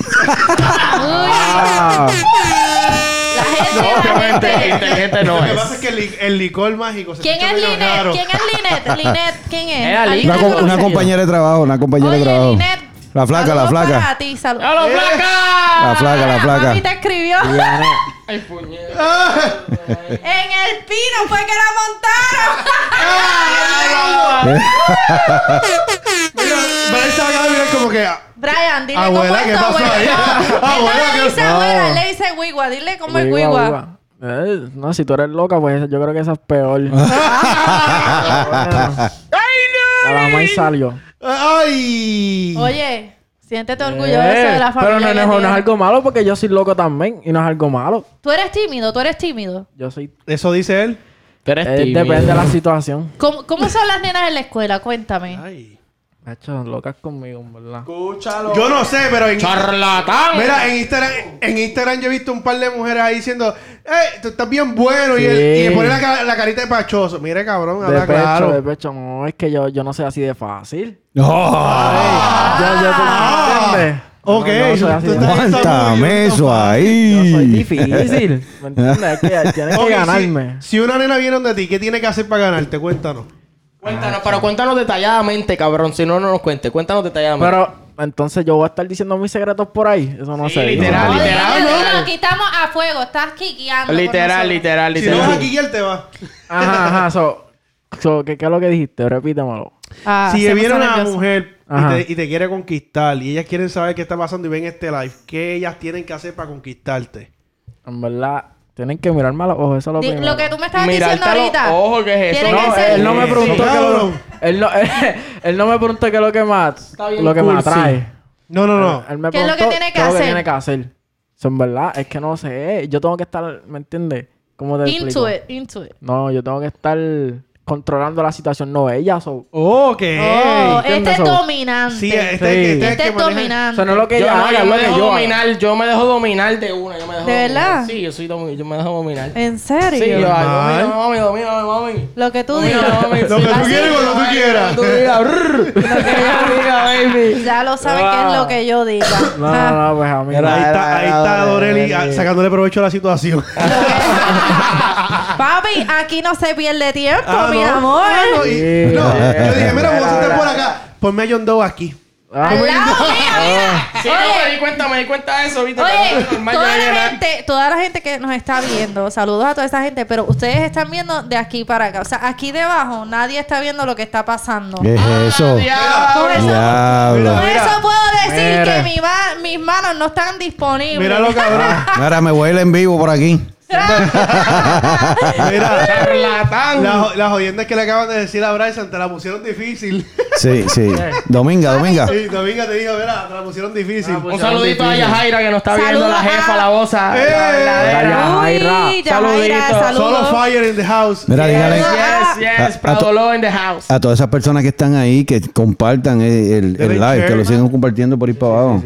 C: La gente, la gente.
G: Obviamente, inteligente
B: lo
G: no
B: que
G: es.
B: pasa es que el, li- el licor mágico se
C: ¿Quién
B: escucha
C: es
B: medio
C: Linet?
B: raro.
C: ¿Quién es Linet? Linet, ¿quién es?
G: Era
C: ¿Alguien la
D: Una,
G: Linet.
D: co-
G: ¿En
C: conoce?
D: una
G: serio?
D: compañera de trabajo, una compañera de
C: Oye,
D: trabajo.
C: Linet,
D: La flaca, la
C: saludos
D: flaca.
C: para ti, saludos.
G: ¡Hola, flaca!
D: La flaca, la flaca.
C: Mami te escribió.
G: Ay, puñet.
C: en el pino fue que la montaron.
B: Mira, Vanessa acaba de mirar como que. ah,
C: Brian, dile cómo
B: Abuela,
C: es
B: ¿qué
C: tu
B: pasó
C: abuela.
B: ahí?
C: No, él
B: Abuela,
C: no
B: ¿qué
C: le dice
F: pasó?
C: abuela, él le dice guigua. Dile cómo es
F: Guigua,
C: guigua.
F: guigua. Eh, no, si tú eres loca, pues yo creo que esa es peor. A la mamá y salió.
B: ¡Ay!
C: Oye, siéntete orgulloso
F: Eh,
C: de la familia.
F: pero no,
C: que
F: no, no es
C: tienes.
F: algo malo porque yo soy loco también y no es algo malo.
C: Tú eres tímido, tú eres tímido.
F: Yo soy.
B: Eso dice él.
G: Tú eres
F: eh,
G: tímido.
F: depende de la situación.
C: ¿Cómo, cómo son las nenas en la escuela? Cuéntame.
B: Ay.
F: Hachas locas conmigo, en ¿verdad?
A: Escúchalo.
B: Yo no sé, pero en.
G: ¡Charlatán!
B: Mira, en Instagram, en Instagram yo he visto un par de mujeres ahí diciendo, ¡eh, tú estás bien bueno! Y,
F: Sí.
B: el, y le ponen la, ca- la carita de pachoso. Mire, cabrón,
F: De
B: habla
F: pecho,
B: claro.
F: de pecho. No, es que yo, yo no soy así de fácil.
B: Ah.
F: yo, yo, ¿tú me entiendes?
B: Ok,
F: No, no soy
B: tú
F: así de
B: estás-
F: fácil.
D: Aguántame eso
F: Yo soy
D: ahí.
F: difícil. ¿Me entiendes? Es que tienes
B: Ok,
F: que
B: si-
F: ganarme.
B: Si, una nena viene donde ti, ¿qué tiene que hacer para ganarte? Cuéntanos.
G: Cuéntanos, pero cuéntanos detalladamente, cabrón. Si no, no nos cuentes. Cuéntanos detalladamente.
F: Pero entonces yo voy a estar diciendo mis secretos por ahí. Eso no
G: Sí,
F: sé.
G: literal,
C: Oye,
G: literal,
C: te
G: ¿no?
C: digo, aquí estamos a fuego, estás kikiando.
G: literal, literal,
B: Si no vas
G: literal.
B: aquí, él te va.
F: Ajá, ajá. So, so, ¿qué, ¿Qué es lo que dijiste? Repítemelo.
C: Ah,
B: si viene una mujer y
F: Ajá.
B: te, y te quiere conquistar y ellas quieren saber qué está pasando y ven este live, ¿qué ellas tienen que hacer para conquistarte?
F: En verdad, tienen que mirarme a los ojos. Eso es lo primero.
C: Lo que tú me estabas
G: Mirarte
C: diciendo
G: a los
C: ahorita.
G: ojos, ¿qué es eso?
C: tiene que
F: No,
C: ser-
F: él no me preguntó que lo,
B: Cabrón.
F: él no, él no me preguntó que lo que más
G: bien
F: lo que me
G: cursi.
F: atrae.
B: No, no, no.
F: Él me
C: ¿Qué es lo que
F: preguntó
C: tiene que
F: qué es lo
C: hacer?
F: tiene que hacer. So, en verdad, es que no sé. Yo tengo que estar, ¿me entiendes? ¿Cómo te
C: Into
F: explico?
C: it, into it.
F: No, yo tengo que estar controlando la situación, no ella. So,
B: Ok.
C: Oh, este
F: ¿entiendes
C: es
F: eso?
C: dominante.
B: Sí, este,
F: Sí.
B: este, este,
C: este
B: que maneja-
C: es
F: o sea,
C: dominante.
F: no es lo que
G: Yo,
F: ella
G: no,
F: haga,
G: yo
F: es lo
G: me
F: que
G: dejo
F: yo haga.
G: dominar, yo me dejo dominar de una, yo me dejo
C: ¿De
G: dominar.
C: verdad?
G: Sí, yo soy domi- yo me dejo dominar.
C: ¿En serio?
G: Sí, yo, ay,
B: Normal.
G: domíname, mami, domíname, mami.
C: Lo que tú
G: Domíname,
C: digas.
G: mami.
B: Lo que tú
G: Así,
B: quieras, cuando tú
G: ay,
B: quieras.
G: cuando tú digas, brrr.
C: Lo que yo diga, baby. Ya lo saben qué es lo que yo diga.
F: No,
C: Ah.
F: no, no, pues a mí.
B: Ahí
F: no.
B: está, ahí está Doreli ah, sacándole provecho a la situación.
C: Papi, aquí no se pierde tiempo,
B: Ah,
C: mi
B: no.
C: amor.
B: Ah, no, y-
F: Sí.
B: no, yo dije, mira, vamos a sentar por acá. Ponme a John Doe aquí.
F: Ah,
C: Al
F: pues,
C: lado mío, mira.
B: Oh.
G: Sí, no, me di cuenta, me di cuenta de eso, viste.
C: Oye,
G: Pero normal, yo
C: toda
G: llegué
C: la
G: a-
C: gente, toda la gente que nos está viendo, saludos a toda esa gente, pero ustedes están viendo de aquí para acá. O sea, aquí debajo nadie está viendo lo que está pasando.
D: ¿Qué es eso?
C: Con Ah, eso,
D: Diablo.
C: con eso puedo decir
F: Mira.
C: que mi ma- mis manos no están disponibles.
B: Mira lo cabrón.
D: Mira, me voy a ir en vivo por aquí.
B: Mira,
G: Charlatán.
B: la, jo- la jodienda es que le acaban de decir a Bryson, te la pusieron difícil.
D: Sí, sí. Dominga, Dominga.
B: Y Dominga te dijo, mira, te la pusieron difícil.
G: Un saludito a Yajaira que nos está viendo,
C: Saludos
G: la jefa,
C: a-
G: la bosa.
B: ¡Eh!
G: la verdadera.
C: Uy, Yajaira,
G: Saludito.
B: Solo
C: saludos.
B: fire in the house.
D: Mira, dígale
G: Yes, yes,
D: A- a
G: Prado
D: to-
G: Law in the house.
D: a todas esas personas que están ahí que compartan el, el- el
B: Deben
D: live, que
B: share.
D: lo sigan compartiendo por ir para abajo.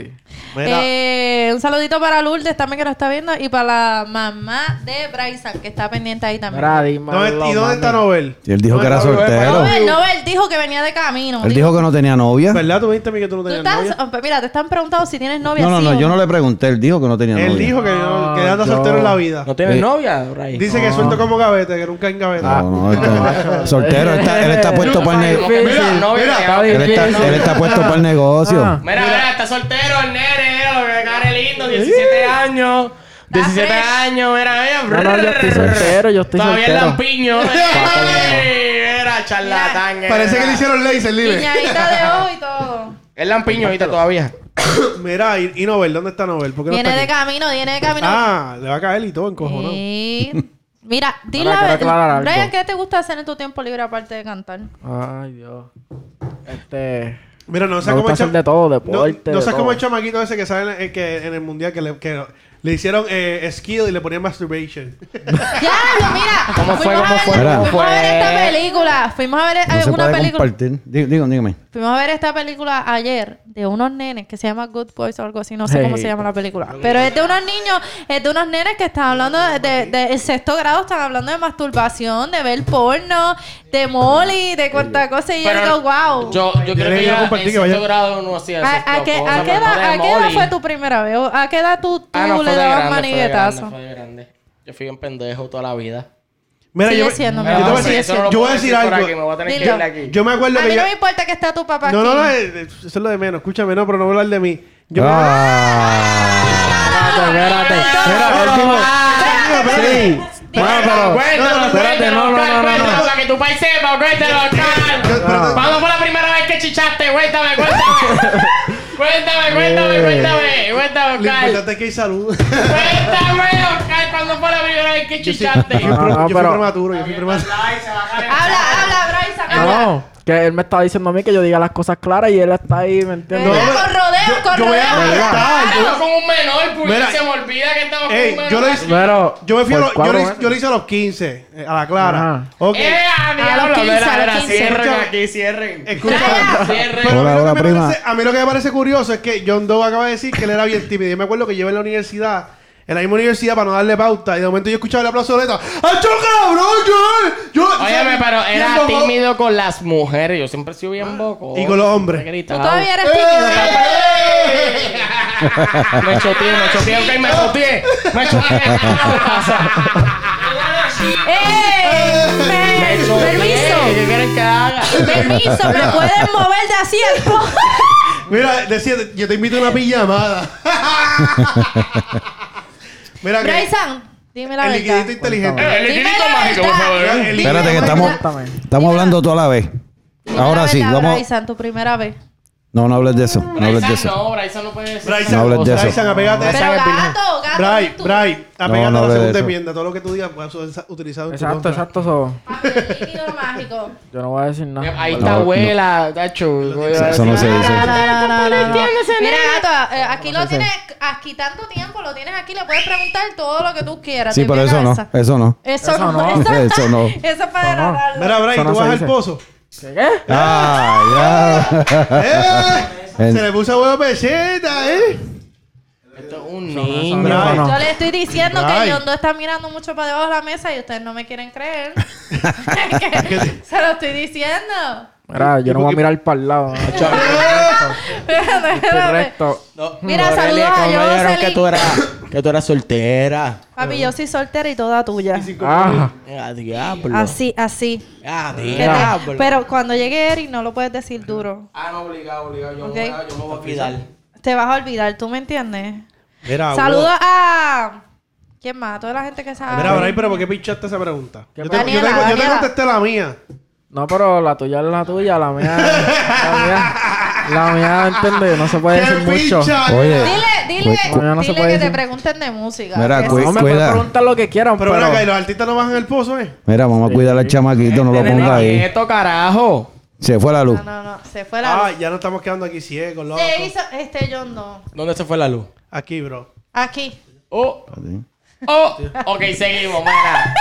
B: Mira,
C: Eh, un saludito para Lourdes también que nos está viendo y para la mamá de Bryson que está pendiente ahí también.
F: Mira, dime.
B: ¿dónde- ¿y dónde está Nobel?
D: Y él dijo que era
B: Bueno, bueno,
D: soltero.
B: bueno.
C: Nobel, Nobel dijo que venía de camino.
D: Él dijo que no tenía novia.
B: ¿Verdad? Tú viste a mí que tú no
C: Tú
B: tenías
C: estás-
B: novia.
C: oh, mira, te están preguntando si tienes novia.
D: No, no,
C: sí
D: no,
C: o
D: yo no le pregunté, él dijo que no tenía
B: Él
D: novia.
B: dijo que, no, que
F: Ah,
B: anda
F: yo-
B: soltero en la vida.
G: ¿No tienes
D: Eh.
G: novia, Ray?
B: Dice que suelto como gavete, que nunca en gaveta.
D: No, no, él está- soltero, él está, él está puesto para el negocio.
G: Mira, novia,
B: mira,
G: ya,
D: Él está, él está puesto para el negocio.
F: Ah.
G: Mira, mira, está soltero el nene, mira, lo que care lindo, 17 años. 17
C: fresh.
G: años, mera, mira.
F: No, no, yo estoy
G: brrr.
F: soltero, yo estoy
G: Todavía el
F: soltero.
G: lampiño. Era charlatán. eh.
B: Parece que le hicieron laser, libre.
C: Guiñadita de ojo y todo.
G: Es lampiño ahorita todavía.
B: Mira, y, y Nobel, ¿dónde está Nobel? ¿Por qué no
C: Viene
B: está
C: de
B: aquí?
C: camino, viene de camino. Eh.
B: Ah, le va a caer y todo encojonado.
C: Y- Mira, di
F: Ahora
C: la
F: quiero aclarar
C: verdad.
F: algo.
C: Brian, ¿qué te gusta hacer en tu tiempo libre aparte de cantar?
F: Ay, Dios. Este.
B: Mira, no
F: Me
B: seas como
F: gusta
B: el cha-
F: hacer de todo,
B: No,
F: deporte,
B: no
F: de
B: seas como
F: todo.
B: el chamaquito ese que sale en, eh, que en el mundial que le, que le hicieron eh, skill y le ponían masturbation.
C: ¡Diablo, mira!
G: ¿Cómo fue?
C: Fuimos a
G: ¿Cómo
C: ver-
G: fue?
D: ¿Cómo
C: Fuimos a ver
G: fue?
C: esta película. Fuimos a ver eh,
D: No se
C: una
D: puede
C: película.
D: compartir. Dí- Digo, dígame.
C: Fuimos a ver esta película ayer de unos nenes que se llama Good Boys o algo así, no sé
F: Hey.
C: cómo se llama la película. Pero es de unos niños, es de unos nenes que están hablando de, de- de- el sexto grado, están hablando de masturbación, de ver porno, de Molly, de cuánta cosa. Y yo digo, wow.
G: Yo, yo creo
B: que
G: que
B: yo
G: ya
B: compartí
G: en
B: que
G: sexto
B: vaya-
G: grado no hacía eso.
C: ¿A, a qué, a qué edad, a qué edad fue tu primera vez? ¿O ¿A qué edad tú, tú
G: Ah, no, fue
C: le
G: de
C: dabas
G: grande, fue de
C: maniguetazo?
G: grande, fue de grande. Yo fui un pendejo toda la vida.
B: Mira,
C: Sigue
B: yo,
C: siendo, mi
B: yo te voy a
C: amor,
B: decir,
C: sigue
G: eso no
B: yo
G: lo
B: voy a
G: puedo
B: decir
G: decir por aquí, me
B: algo.
G: voy a tener que
C: Dilo.
G: ir de aquí.
B: Yo me acuerdo
C: A
B: que
C: mí
B: yo...
C: no me importa que está tu papá
B: No,
C: aquí.
B: no, no, eh, eh, eso es lo de menos. Escúchame, no, pero no voy a hablar de mí. Yo me-
D: Ah.
F: Espérate,
B: Mira, el tipo- Ah, pues.
C: Espérate,
F: espérate. Sí. Bueno, Ah, pero.
G: Cuéntalo,
F: espérate, no, no, no, no,
G: cuéntalo,
F: no.
G: Para que tu país sepa, cuéntalo,
B: Yo-
G: Oscar.
B: pero-
G: ¿Cuándo fue la primera vez que chichaste? Cuéntame, cuéntame. Cuéntame, cuéntame, cuéntame. Cuéntame,
B: Lo
G: Oscar.
B: importante es que hay salud.
G: Cuéntame, Oscar, ¿cuándo fue la primera vez que chichaste?
B: Yo fui-
F: no,
B: yo fui
F: pero-
B: prematuro, yo fui prematuro.
C: Habla, habla, Bryson, habla.
F: No, que él me está diciendo a mí que yo diga las cosas claras y él está ahí, ¿me entiendes?
C: ¿Verdad?
B: no,
C: con rodeo, con
B: yo voy a
C: rodeo.
B: contar, yo-
G: Estaba Ah, con un menor,
B: Mira,
G: pues se me olvida que estaba con
B: Ey,
G: un menor.
B: yo lo hice-
F: Pero.
B: Yo me fui a
F: por
B: los- yo
F: cuatro
B: lo hice-
F: años.
B: yo lo hice a los 15, eh, a la clara.
F: Ajá.
B: Ok.
G: ¡Eh, a
C: A los
G: diablo!
C: 15, a
G: Mira,
C: los
G: mira,
C: 15.
G: cierren
B: Escucha.
G: aquí, cierren.
B: Escucha.
G: Cierren.
B: Pero a mí
D: Hola,
B: lo que
D: hola,
B: me
D: prima.
B: parece- a mí lo que me parece curioso es que John Doe acaba de decir que él era bien tímido. Yo me acuerdo que yo en la universidad, en la misma universidad para no darle pauta, y de momento yo escuchaba el aplauso de Leta. ¡Acho, cabrón! Yo, yo,
G: Óyeme, pero
B: Y
G: era
B: el bobo-
G: tímido con las mujeres. Yo siempre he sido bien boco.
B: Y con los hombres.
G: Me
C: Tú
G: gritaba.
C: todavía eres tímido.
B: ¡Eh!
G: Me choteé, me choteé, ok, me choteé. Me choteé.
C: ¡Ey!
G: Me
C: ¡Eh! ¡Permiso!
G: choteé. ¿Qué quieren que haga?
C: ¡Permiso! ¿Me pueden mover de asiento?
B: Mira, decía, yo te invito a una pijamada. Mira, que
C: Bryson, dime la
B: el
C: verdad.
B: liquidito inteligente.
G: El
C: Dime
G: liquidito
C: la
G: mágico, por
C: verdad.
G: favor. ¿eh?
B: El liquidito-
D: Espérate que estamos,
F: Cuéntame.
D: estamos hablando toda la vez.
C: Dime la
D: Ahora sí,
C: verdad,
D: vamos.
C: Bryson, tu primera vez.
D: No, no hables de eso. No hables de
G: Bryson,
D: eso.
G: no, Bryson no puede decir.
D: No hables de eso.
B: Bryson, apégate.
C: Pero gato, gato,
B: Bray,
C: tú.
B: Bray, apégate
D: no
B: a la
D: hables de
B: segunda
D: eso.
B: enmienda. Todo lo que tú digas puedas utilizado en tu
F: Exacto,
B: contra.
F: exacto. so,
C: Papi, el líquido mágico.
F: yo no voy a decir
G: Eh,
F: nada.
G: Ahí
D: No,
G: está
D: no.
G: abuela, Tacho. voy a
D: Eso no
G: decir-
D: se dice.
C: Mira, gato, eh, aquí lo tienes, aquí tanto tiempo lo tienes aquí, le puedes preguntar todo lo que tú quieras.
D: Sí,
C: de pie
D: pero
C: a
D: eso no.
C: cabeza.
D: Eso no.
C: Eso,
F: Eso
C: no,
F: no.
D: Eso no.
C: Eso es para
F: Eso no.
C: derrotarlo.
B: Mira, Bray,
F: Eso no
B: tú
F: se
B: vas al
F: dice.
B: pozo.
F: ¿Qué?
D: Ah, ya.
B: ¡Eh!
D: En-
B: Se le puso huevo peseta, ¿eh?
G: Esto es un
F: eso
G: niño.
F: no.
B: Bray.
C: Yo le estoy diciendo
B: Ay.
C: que Yondo está mirando mucho para debajo de la mesa y ustedes no me quieren creer. Que se lo estoy diciendo.
F: Mira, yo no voy a mirar para el lado. ¿no?
C: Espérate, espérate.
F: Correcto.
G: No,
C: Mira,
G: Aurelia,
C: saludos a
G: que no
C: Jocelyn.
G: dijeron que tú eras, que tú eras soltera.
C: Papi, yo soy soltera y toda tuya.
F: Ah,
G: Ah, diablo.
C: Así, así.
G: Ah,
C: Que te-
G: diablo.
C: Pero cuando llegue Eric no lo puedes decir duro.
A: Ah, no, obligado, obligado. Yo,
C: Ok.
A: me voy a- yo me voy a cuidar.
C: Te vas a olvidar, ¿tú me entiendes?
B: Mira,
C: Saludos a... ¿Quién más? A toda la gente que sabe.
B: Mira, Bray, pero ¿por qué pinchaste esa pregunta? Yo te, yo te-
C: Daniela,
B: yo te
C: Daniela.
B: contesté la mía.
F: no, pero la tuya es la tuya, la mía. La mía, la mía ¿entiendes? No se puede decir mucho.
D: Oye.
C: Dile, dile,
D: Cu-
F: cu- No, no se
C: dile
F: puede
C: que te
F: decir.
C: pregunten de música.
D: Mira,
C: Que
D: cu-
F: No me
D: Cuida.
F: pueden preguntar lo que quieran,
B: Pero
F: pero.
B: ven acá, y los artistas no bajan el pozo, ¿eh?
D: Mira, vamos a cuidar al chamaquito, no lo
G: Este
D: ponga ahí.
G: Esto, carajo.
D: Se fue la luz.
C: No, no, no. Se fue la...
B: Ah, ya no estamos quedando aquí ciegos, loco.
C: Se hizo... Este John no.
G: ¿Dónde se fue la luz?
B: Aquí, bro.
C: Aquí.
G: Oh, oh. Ok, seguimos, mira.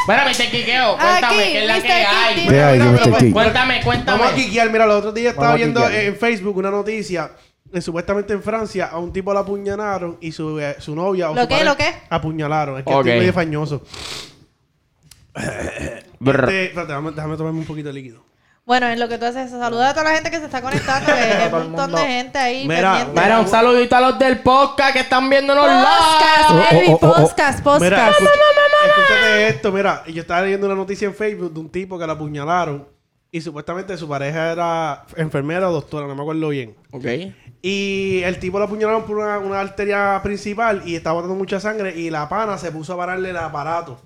G: Espérame, te quiqueo. Cuéntame,
C: Aquí,
G: ¿qué es la que
C: Mr.
G: hay?
C: Quiqueo.
D: ¿Qué hay,
B: Mira,
D: Mr.
B: pero-
D: King?
G: Cuéntame,
B: Vamos a
G: cuéntame.
B: quiquear. Mira, el otro día estaba
F: Vamos a
B: viendo
F: quiquear.
B: en Facebook una noticia. eh, supuestamente en Francia a un tipo lo apuñalaron y su, eh, su novia o
C: ¿Lo
B: su
C: qué,
B: pareja
C: lo qué?
B: apuñalaron. Es que
G: Ok.
B: estoy medio fañoso.
G: Brr.
B: Este, espérate, déjame, déjame tomarme un poquito de líquido.
C: Bueno, en lo que tú haces, saluda a toda la gente que se está conectando, que hay un montón de gente ahí
B: Mira,
C: pendiente.
G: Mira, un saludito a los del podcast que están viéndonos live.
C: Podcast,
D: Oh, oh,
C: Eric,
D: oh, oh, oh.
C: podcast,
B: Mira,
C: podcast.
B: escucha- escúchate esto, mira, yo estaba leyendo una noticia en Facebook de un tipo que la apuñalaron y supuestamente su pareja era enfermera o doctora, no me acuerdo bien.
G: Ok.
B: Y el tipo la apuñalaron por una, una arteria principal y estaba botando mucha sangre y la pana se puso a pararle el aparato.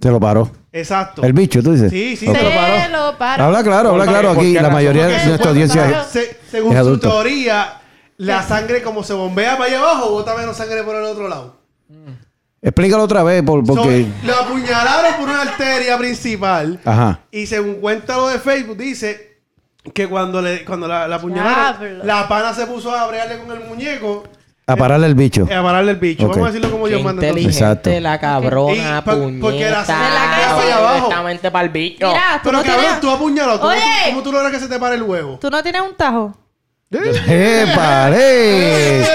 D: Se lo paró.
B: Exacto.
D: El bicho, tú dices.
B: pues, Sí, sí,
D: Ok.
B: se lo
C: Se
B: paró.
C: lo paro.
D: Habla claro, habla claro. Aquí la mayoría
C: Eh,
D: de
B: Porque
D: nuestra audiencia.
B: supuestamente, se- según
D: es
B: su
D: adulto.
B: teoría, la sangre como se bombea para allá abajo, bota menos sangre por el otro lado.
D: Explícalo otra vez, por-
B: So,
D: porque.
B: lo apuñalaron por una arteria principal.
D: Ajá.
B: Y según cuenta lo de Facebook, dice que cuando, le, cuando la, la apuñalaron,
C: Diablo.
B: la pana se puso a bregarle con el muñeco
D: A pararle el bicho.
B: y a pararle el bicho.
D: Ok.
B: Vamos a decirlo como
G: Qué
B: Dios manda. entonces.
G: inteligente
D: Exacto.
G: la
B: Y
G: cabrona,
B: por-
G: puñeta.
B: porque la
C: sangre
G: Ah,
C: está
B: abajo.
G: Directamente para el bicho.
C: Mira, tú
B: Pero
C: no,
B: cabrón,
C: tienes,
B: tú apuñalas. ¿Cómo,
C: Oye.
B: tú- cómo tú logras que se te pare el huevo?
C: tú no tienes un tajo.
D: ¡Épale!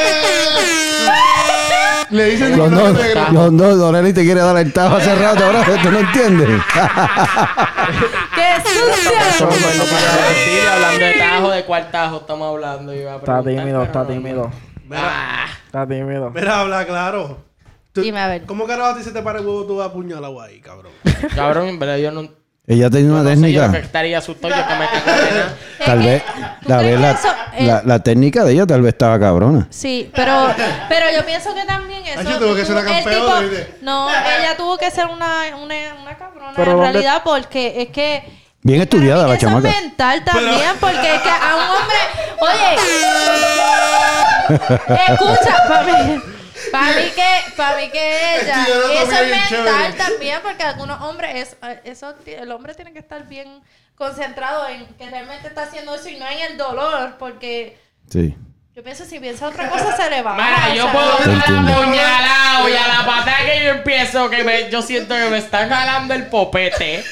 B: Le dicen
D: Los
B: "No,
D: dos,
B: no te creo".
D: los dos, Dorelli te quiere dar el tajo hace rato, ahora tú no entiendes. Ah,
C: ¡Qué
F: Eso
C: sucio!
F: no me lo pueden decir.
G: Sí, hablando de tajo, de cuál tajo estamos hablando. Yo iba a
F: Está
G: preguntar,
F: tímido,
G: pero
F: está
G: no, Ah, no.
F: tímido.
B: Mira,
F: Está tímido.
B: mira, habla claro. Tú-
C: Dime, a ver.
B: ¿Cómo carajo a ti se te para el huevo tú apuñalado ahí, cabrón?
G: Cabrón, en verdad yo no.
D: Ella tenía una
G: no sé, yo lo que
D: técnica.
G: estaría asustado yo que me cago en nada.
D: ah. Tal vez,
C: ¿Tú
D: tal
C: crees
D: vez
C: que
D: la,
C: eso, eh,
D: la- la técnica de ella tal vez estaba cabrona.
C: Sí, pero, pero yo pienso que también eso.
B: Ay, yo tuve que ser una
C: tuvo- el
B: campeona,
C: tipo-
B: ¿viste?
C: No, ella tuvo que ser una, una, una cabrona
F: Pero
C: en
F: ¿dónde-
C: realidad porque es que.
D: Bien estudiada
C: Para mí
D: la
C: que
D: chamaca.
C: Eso es mental también porque es que a un hombre. Oye. escucha, para mí. Para mí que, para mí que ella.
B: Estoy llorando
C: Eso es
B: bien
C: mental
B: chévere.
C: también porque algunos hombres. Es, eso, ti- el hombre tiene que estar bien concentrado en que realmente está haciendo eso y no en el dolor porque.
D: Sí.
C: Yo pienso si piensa otra cosa se le va.
G: Mira,
C: o
G: yo
C: sea,
G: puedo
D: Te
G: estar
D: entiendo.
G: apuñalado y a la patada que yo empiezo, que me, yo siento que me están jalando el popete.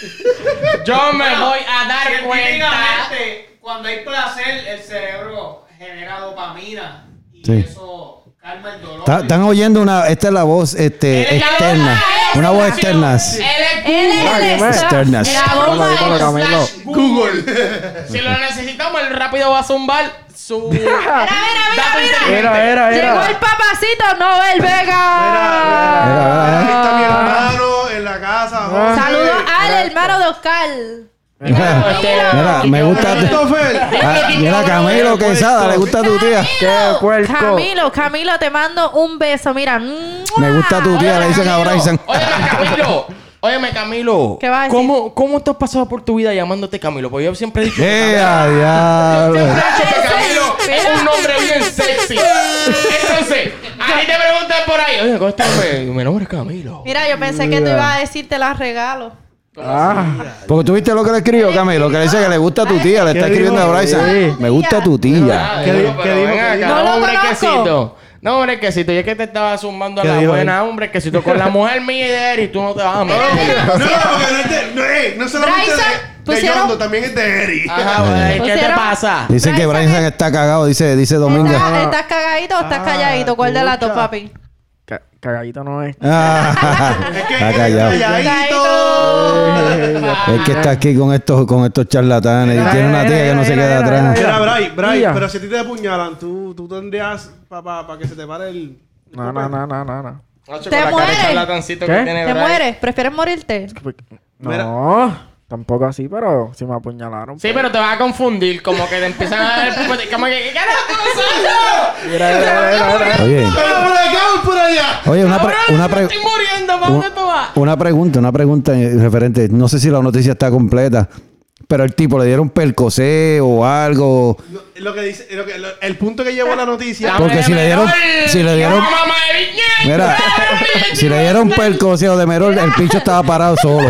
G: Yo me voy a dar cuenta.
I: Científicamente, cuando hay placer, el cerebro genera dopamina y
D: Sí.
I: eso calma el dolor.
D: Ta- Están oyendo una, esta es la voz este, externa, una voz externa. Sí.
C: Él es
F: Ay,
C: el extra-
F: man.
D: Externas.
C: la
F: Dímelo,
C: bomba
F: dímelo,
C: extra.
F: Camilo.
G: Si lo necesitamos, el rápido va a zumbar su.
C: Mira, mira,
G: Dato
C: mira, mira.
F: Era, era,
C: Llegó el
F: era.
C: papacito Nobel Vega.
B: Mira,
D: Mira,
B: ahí está mi hermano en la casa. José.
C: Saludos al hermano de Oscar.
D: Mira,
G: Este,
D: mira, me gusta. este
B: Christopher.
D: Ah, Mira, Camilo Quesada, le gusta tu tía.
F: Qué puerco.
C: Camilo, Camilo, te mando un beso. Mira.
D: Me gusta tu tía, le dicen a Bryson.
G: Óyeme, Camilo. Óyeme, Camilo.
C: ¿Qué vas a decir?
G: ¿Cómo, ¿Cómo tú has pasado por tu vida llamándote Camilo? Porque yo siempre he dicho. que
D: ¡Eh, a diablo!
G: Camilo- Yo siempre he dicho que Camilo
C: Mira,
G: un nombre bien sexy. Entonces, a ti te preguntan por ahí. Oye, ¿cómo estás? Me- Mi nombre es Camilo.
C: Mira, yo pensé que tú ibas a decir te las regalo.
D: Porque tú viste lo que le escribió Camilo, que le dice que le gusta tu tía, le
B: ¿Qué dijo?
D: está escribiendo a Bryson.
B: Sí.
D: Me gusta tu tía.
G: Ah,
B: ¿Qué
G: bueno,
B: di-
G: pero
B: qué dijo?
G: ven
B: ¿Qué
G: acá,
B: dijo?
C: No lo
G: hombre
C: conozco.
G: quesito. No, hombre quesito. Y es que te estaba sumando a
B: ¿Qué
G: la
B: dijo
G: buena, hombre quesito. Con la mujer mía y de él y tú no te vas a amar.
B: No, porque no es de- no, eh, no solamente
C: Bryson,
B: de, de
C: pusieron-
B: Yondo, también es de Eric.
G: Ajá, güey, ¿qué te
C: Pusieron-
G: pasa?
D: Dice que
C: Bryson
D: Bryson está cagado, dice, dice Dominga.
C: ¿Estás, estás cagadito o estás calladito? ¿Cuál de las dos,
B: escucha.
C: papi?
F: Ca- Cagadito no es.
D: Ah,
B: Es que
D: Está
B: es
D: callado.
C: Calladito.
D: Es que está aquí con estos, con estos charlatanes y tiene una tía que no se queda atrás.
B: Mira, Bray, Bray,
F: Mira.
B: pero si a ti te apuñalan, tú, tú tendrías para que se te pare el.
F: No, no, no, no, no, no.
G: Nacho,
C: ¿Te
G: con la cara de
C: mueres?
G: charlatancito
F: ¿Qué?
G: que tiene
C: ¿Te
G: Brian.
C: mueres? ¿Prefieres morirte?
F: No, tampoco así, pero si me apuñalaron.
G: Sí, pero te vas a confundir. Como que te empiezan a dar... el- Como que... ¿Qué carajo tú no sabes?
F: Mira, mira, mira, mira.
D: Oye,
B: Pero por acá o por allá.
D: oye, una, pre- una, pre-
G: Estoy muriendo. ¿Para
D: Un-
G: dónde tú vas?
D: Una pregunta, una pregunta eh, referente. No sé si la noticia está completa, pero el tipo le dieron percocé o algo.
B: No, Lo que dice, lo que, lo- el punto que llevó la noticia.
D: Porque si le dieron- si le dieron-
G: mamá de viñeta!
D: Mira, si le dieron percocé o de merol, el pincho estaba parado solo.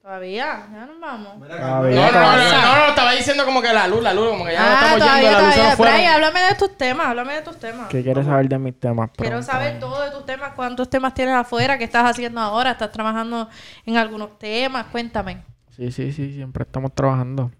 C: Todavía, ya nos vamos. Ah,
G: No, no, no, no, no, no, estaba diciendo como que la luz, la luz, como que ya nos
C: ah,
G: estamos
C: todavía,
G: yendo, la luz se
C: todavía.
G: nos fue.
C: Bray, háblame de tus temas, háblame de tus temas.
F: ¿Qué quieres saber de mis temas?
C: Quiero
F: Pregunta.
C: saber todo de tus temas, cuántos temas tienes afuera, qué estás haciendo ahora, estás trabajando en algunos temas, cuéntame.
F: Sí, sí, sí, siempre estamos trabajando.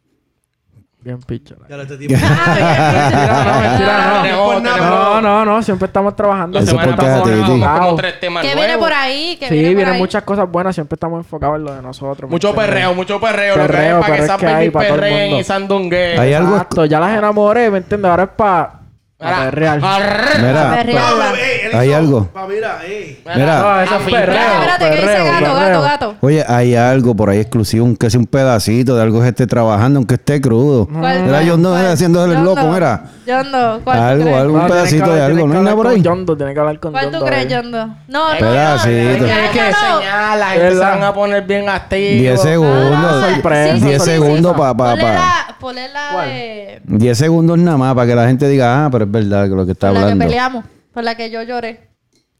F: Bien picho.
B: Ya lo este tipo.
F: no, mentira,
C: Ah,
F: no.
G: Tenemos-
B: Por nada,
G: tenemos-
F: No, no, no, siempre estamos trabajando.
G: La
D: Eso
G: semana
D: porque es
G: pasada
F: Siempre
D: a ti,
F: estamos
D: tío.
G: hablamos como
F: enfocados.
G: tres temas
C: ¿Qué
G: nuevos.
C: viene por ahí? ¿Qué
F: Sí,
C: viene por
F: vienen
C: ahí?
F: muchas cosas buenas, siempre estamos enfocados en lo de nosotros. ¿me
G: Mucho
F: entiendes?
G: perreo, mucho perreo.
F: Perreo,
G: lo que es para
F: pero
G: que
F: es
G: esas
F: que hay
G: baby
F: para todo el
G: perreen
F: mundo.
G: y sandungueen.
D: Hay algo.
F: Exacto, ya las enamoré, ¿me entiendes? Ahora es para perrear.
D: Mira,
C: Perrearla.
D: Hay algo.
B: Pa, mira, eh.
D: Mira.
F: No, eso es
C: Espérate,
F: perreo.
C: espérate, ¿qué dice
F: perreo,
C: gato, gato,
F: perreo.
C: gato?
D: oye, hay algo por ahí exclusivo, aunque sea un pedacito de algo que esté trabajando, aunque esté crudo.
C: ¿Cuál-
D: Mira,
C: cuál-
D: yo ando
C: cuál?
D: haciéndose el
C: Yo
D: loco,
C: ando-
D: mira.
C: Yo ando, ¿cuál tú
D: Algo,
C: crees?
D: algo, un
F: No, tienes que
D: pedacito de
F: hablar-
D: algo.
F: tienes
D: ¿No
F: que
D: hay nada
F: hablar
D: por
F: con
D: ahí?
F: Yondo, tienes que hablar con
C: ¿Cuál tú
F: Yondo
C: crees,
F: ahí.
C: Yondo? No, no, no,
D: Pedacito.
C: no, no,
G: Tienes que
C: no, no.
G: enseñar, la gente se
F: ¿Verdad?
G: van a poner bien activos.
D: 10
C: Ah,
D: segundos.
F: sorpresa,
D: 10
F: sorpresa.
D: segundos para.
C: Ponle la, ponle la de...
D: 10 segundos nada más para que la gente diga, ah, pero es verdad que lo que está
C: Por la que
D: hablando.
C: peleamos, por la que yo lloré.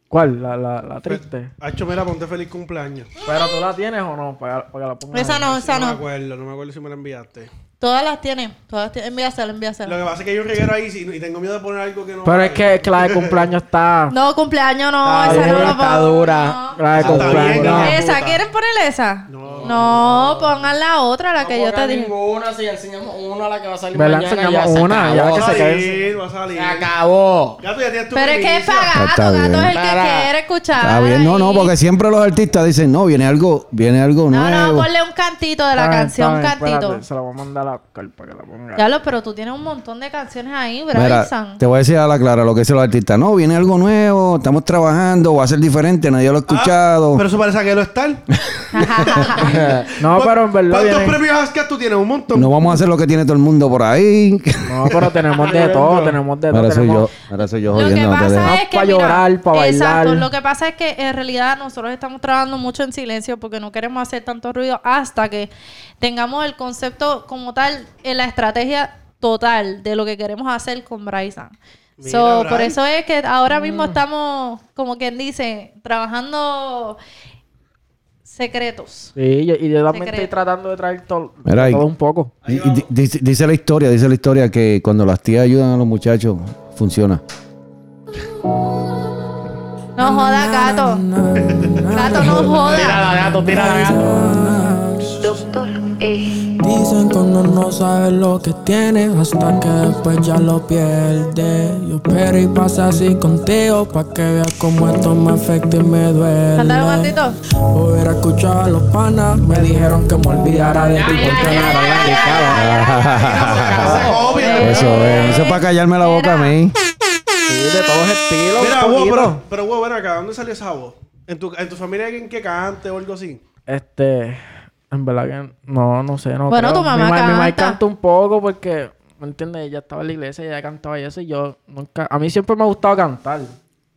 F: ¿Cuál? La, la, la triste.
B: Hacho, mira, ponte feliz cumpleaños.
F: ¿Pero tú la tienes o no? Para, para que la pongas
C: Esa
F: ahí.
C: no, esa
B: No me
C: no.
B: acuerdo, no me acuerdo si me la enviaste.
C: Todas las tiene, todas tiene. Envíasela,
B: Lo
C: envíasela.
B: que pasa es que hay un reguero ahí sí, y tengo miedo de poner algo que no.
F: Pero es que, que la de cumpleaños está...
C: No, cumpleaños no,
F: Está
C: esa no
F: dura,
C: la
F: está
C: pongo,
G: dura.
C: no.
D: Ah,
F: La de
B: Está bien,
F: cumpleaños.
B: hija de
C: Esa,
B: puta.
C: ¿quieren poner esa?
B: No.
C: No, pongan la otra, la Ah, que yo te dije.
G: Ninguna, si enseñamos una, la que va a salir
F: Me la
G: mañana.
F: enseñamos
G: ya
F: una,
G: se
F: ya
G: acabó.
B: Va
F: que
B: a
F: se cae.
B: salir, va a salir.
G: Se acabó.
B: Gato, ya tienes tu
C: Pero es que es
B: primicia.
C: para gato,
D: Está
C: gato es el
D: bien.
C: que
G: Para.
C: quiere escuchar.
D: Está bien, no, no,
C: ahí.
D: porque siempre los artistas dicen, no, viene algo, viene algo
C: No, no,
D: nuevo.
C: ponle un cantito de la
F: Está bien,
C: canción, un
F: está bien,
C: cantito.
F: espérate, se la voy a mandar a la para que la ponga.
C: Ya lo, pero tú tienes un montón de canciones ahí,
D: Mira,
C: Bryson.
D: te voy a decir a la clara lo que dicen los artistas. No, viene algo nuevo, estamos trabajando, va a ser diferente, nadie lo ha escuchado.
B: Pero eso parece que lo está.
F: No, pero en verdad
B: ¿Cuántos
F: vienen-
B: premios Ascas tú tienes? Un montón.
D: no vamos a hacer lo que tiene todo el mundo por ahí.
F: No, pero tenemos de todo, tenemos de todo.
D: Ahora soy yo,
F: tenemos-
D: ahora soy yo
C: Lo que
D: jodiendo. no te
C: pasa
D: dejes.
C: es que
F: Pa'
C: mira,
F: llorar, pa'
C: Exacto,
F: bailar.
C: lo que pasa es que en realidad nosotros estamos trabajando mucho en silencio porque no queremos hacer tanto ruido hasta que tengamos el concepto como tal en la estrategia total de lo que queremos hacer con Bryson.
B: Mira,
C: so,
B: Bryce.
C: por eso es que
D: Mm.
C: ahora mismo estamos, como quien dice, trabajando secretos.
F: Sí, y, y yo también
C: Secreto.
F: estoy tratando de traer to-
D: Mira ahí.
F: todo un poco.
D: Di- di- Dice, dice la historia, dice la historia que cuando las tías ayudan a los muchachos, funciona.
C: No joda, gato. Gato, no joda.
G: Tírala, gato, tírala, gato.
H: Dicen que uno no sabe lo que tiene hasta que después ya lo pierde. Yo espero y pasa así contigo pa' que veas cómo esto me afecta y me
C: Cántale un
H: duele.
C: gatito.
H: Hubiera escuchado a los panas, me dijeron que me olvidara de ti porque no era la indicada.
D: Eso
C: Eh,
D: eh, es, eso es para callarme la boca a mí.
F: Sí, de todos estilos.
B: Mira,
F: un
B: vos,
F: poquito.
B: pero, pero vos, ven acá, ¿dónde salió esa voz? ¿En tu, en tu familia hay alguien que cante o algo así?
F: Este. En En verdad que no, no sé, no
C: Bueno,
F: creo.
C: tu mamá
F: mi, ma- mi
C: canta.
F: canta un poco porque, ¿me entiendes? Ella estaba en la iglesia y ella cantaba y eso y yo nunca... A mí siempre me ha gustado cantar.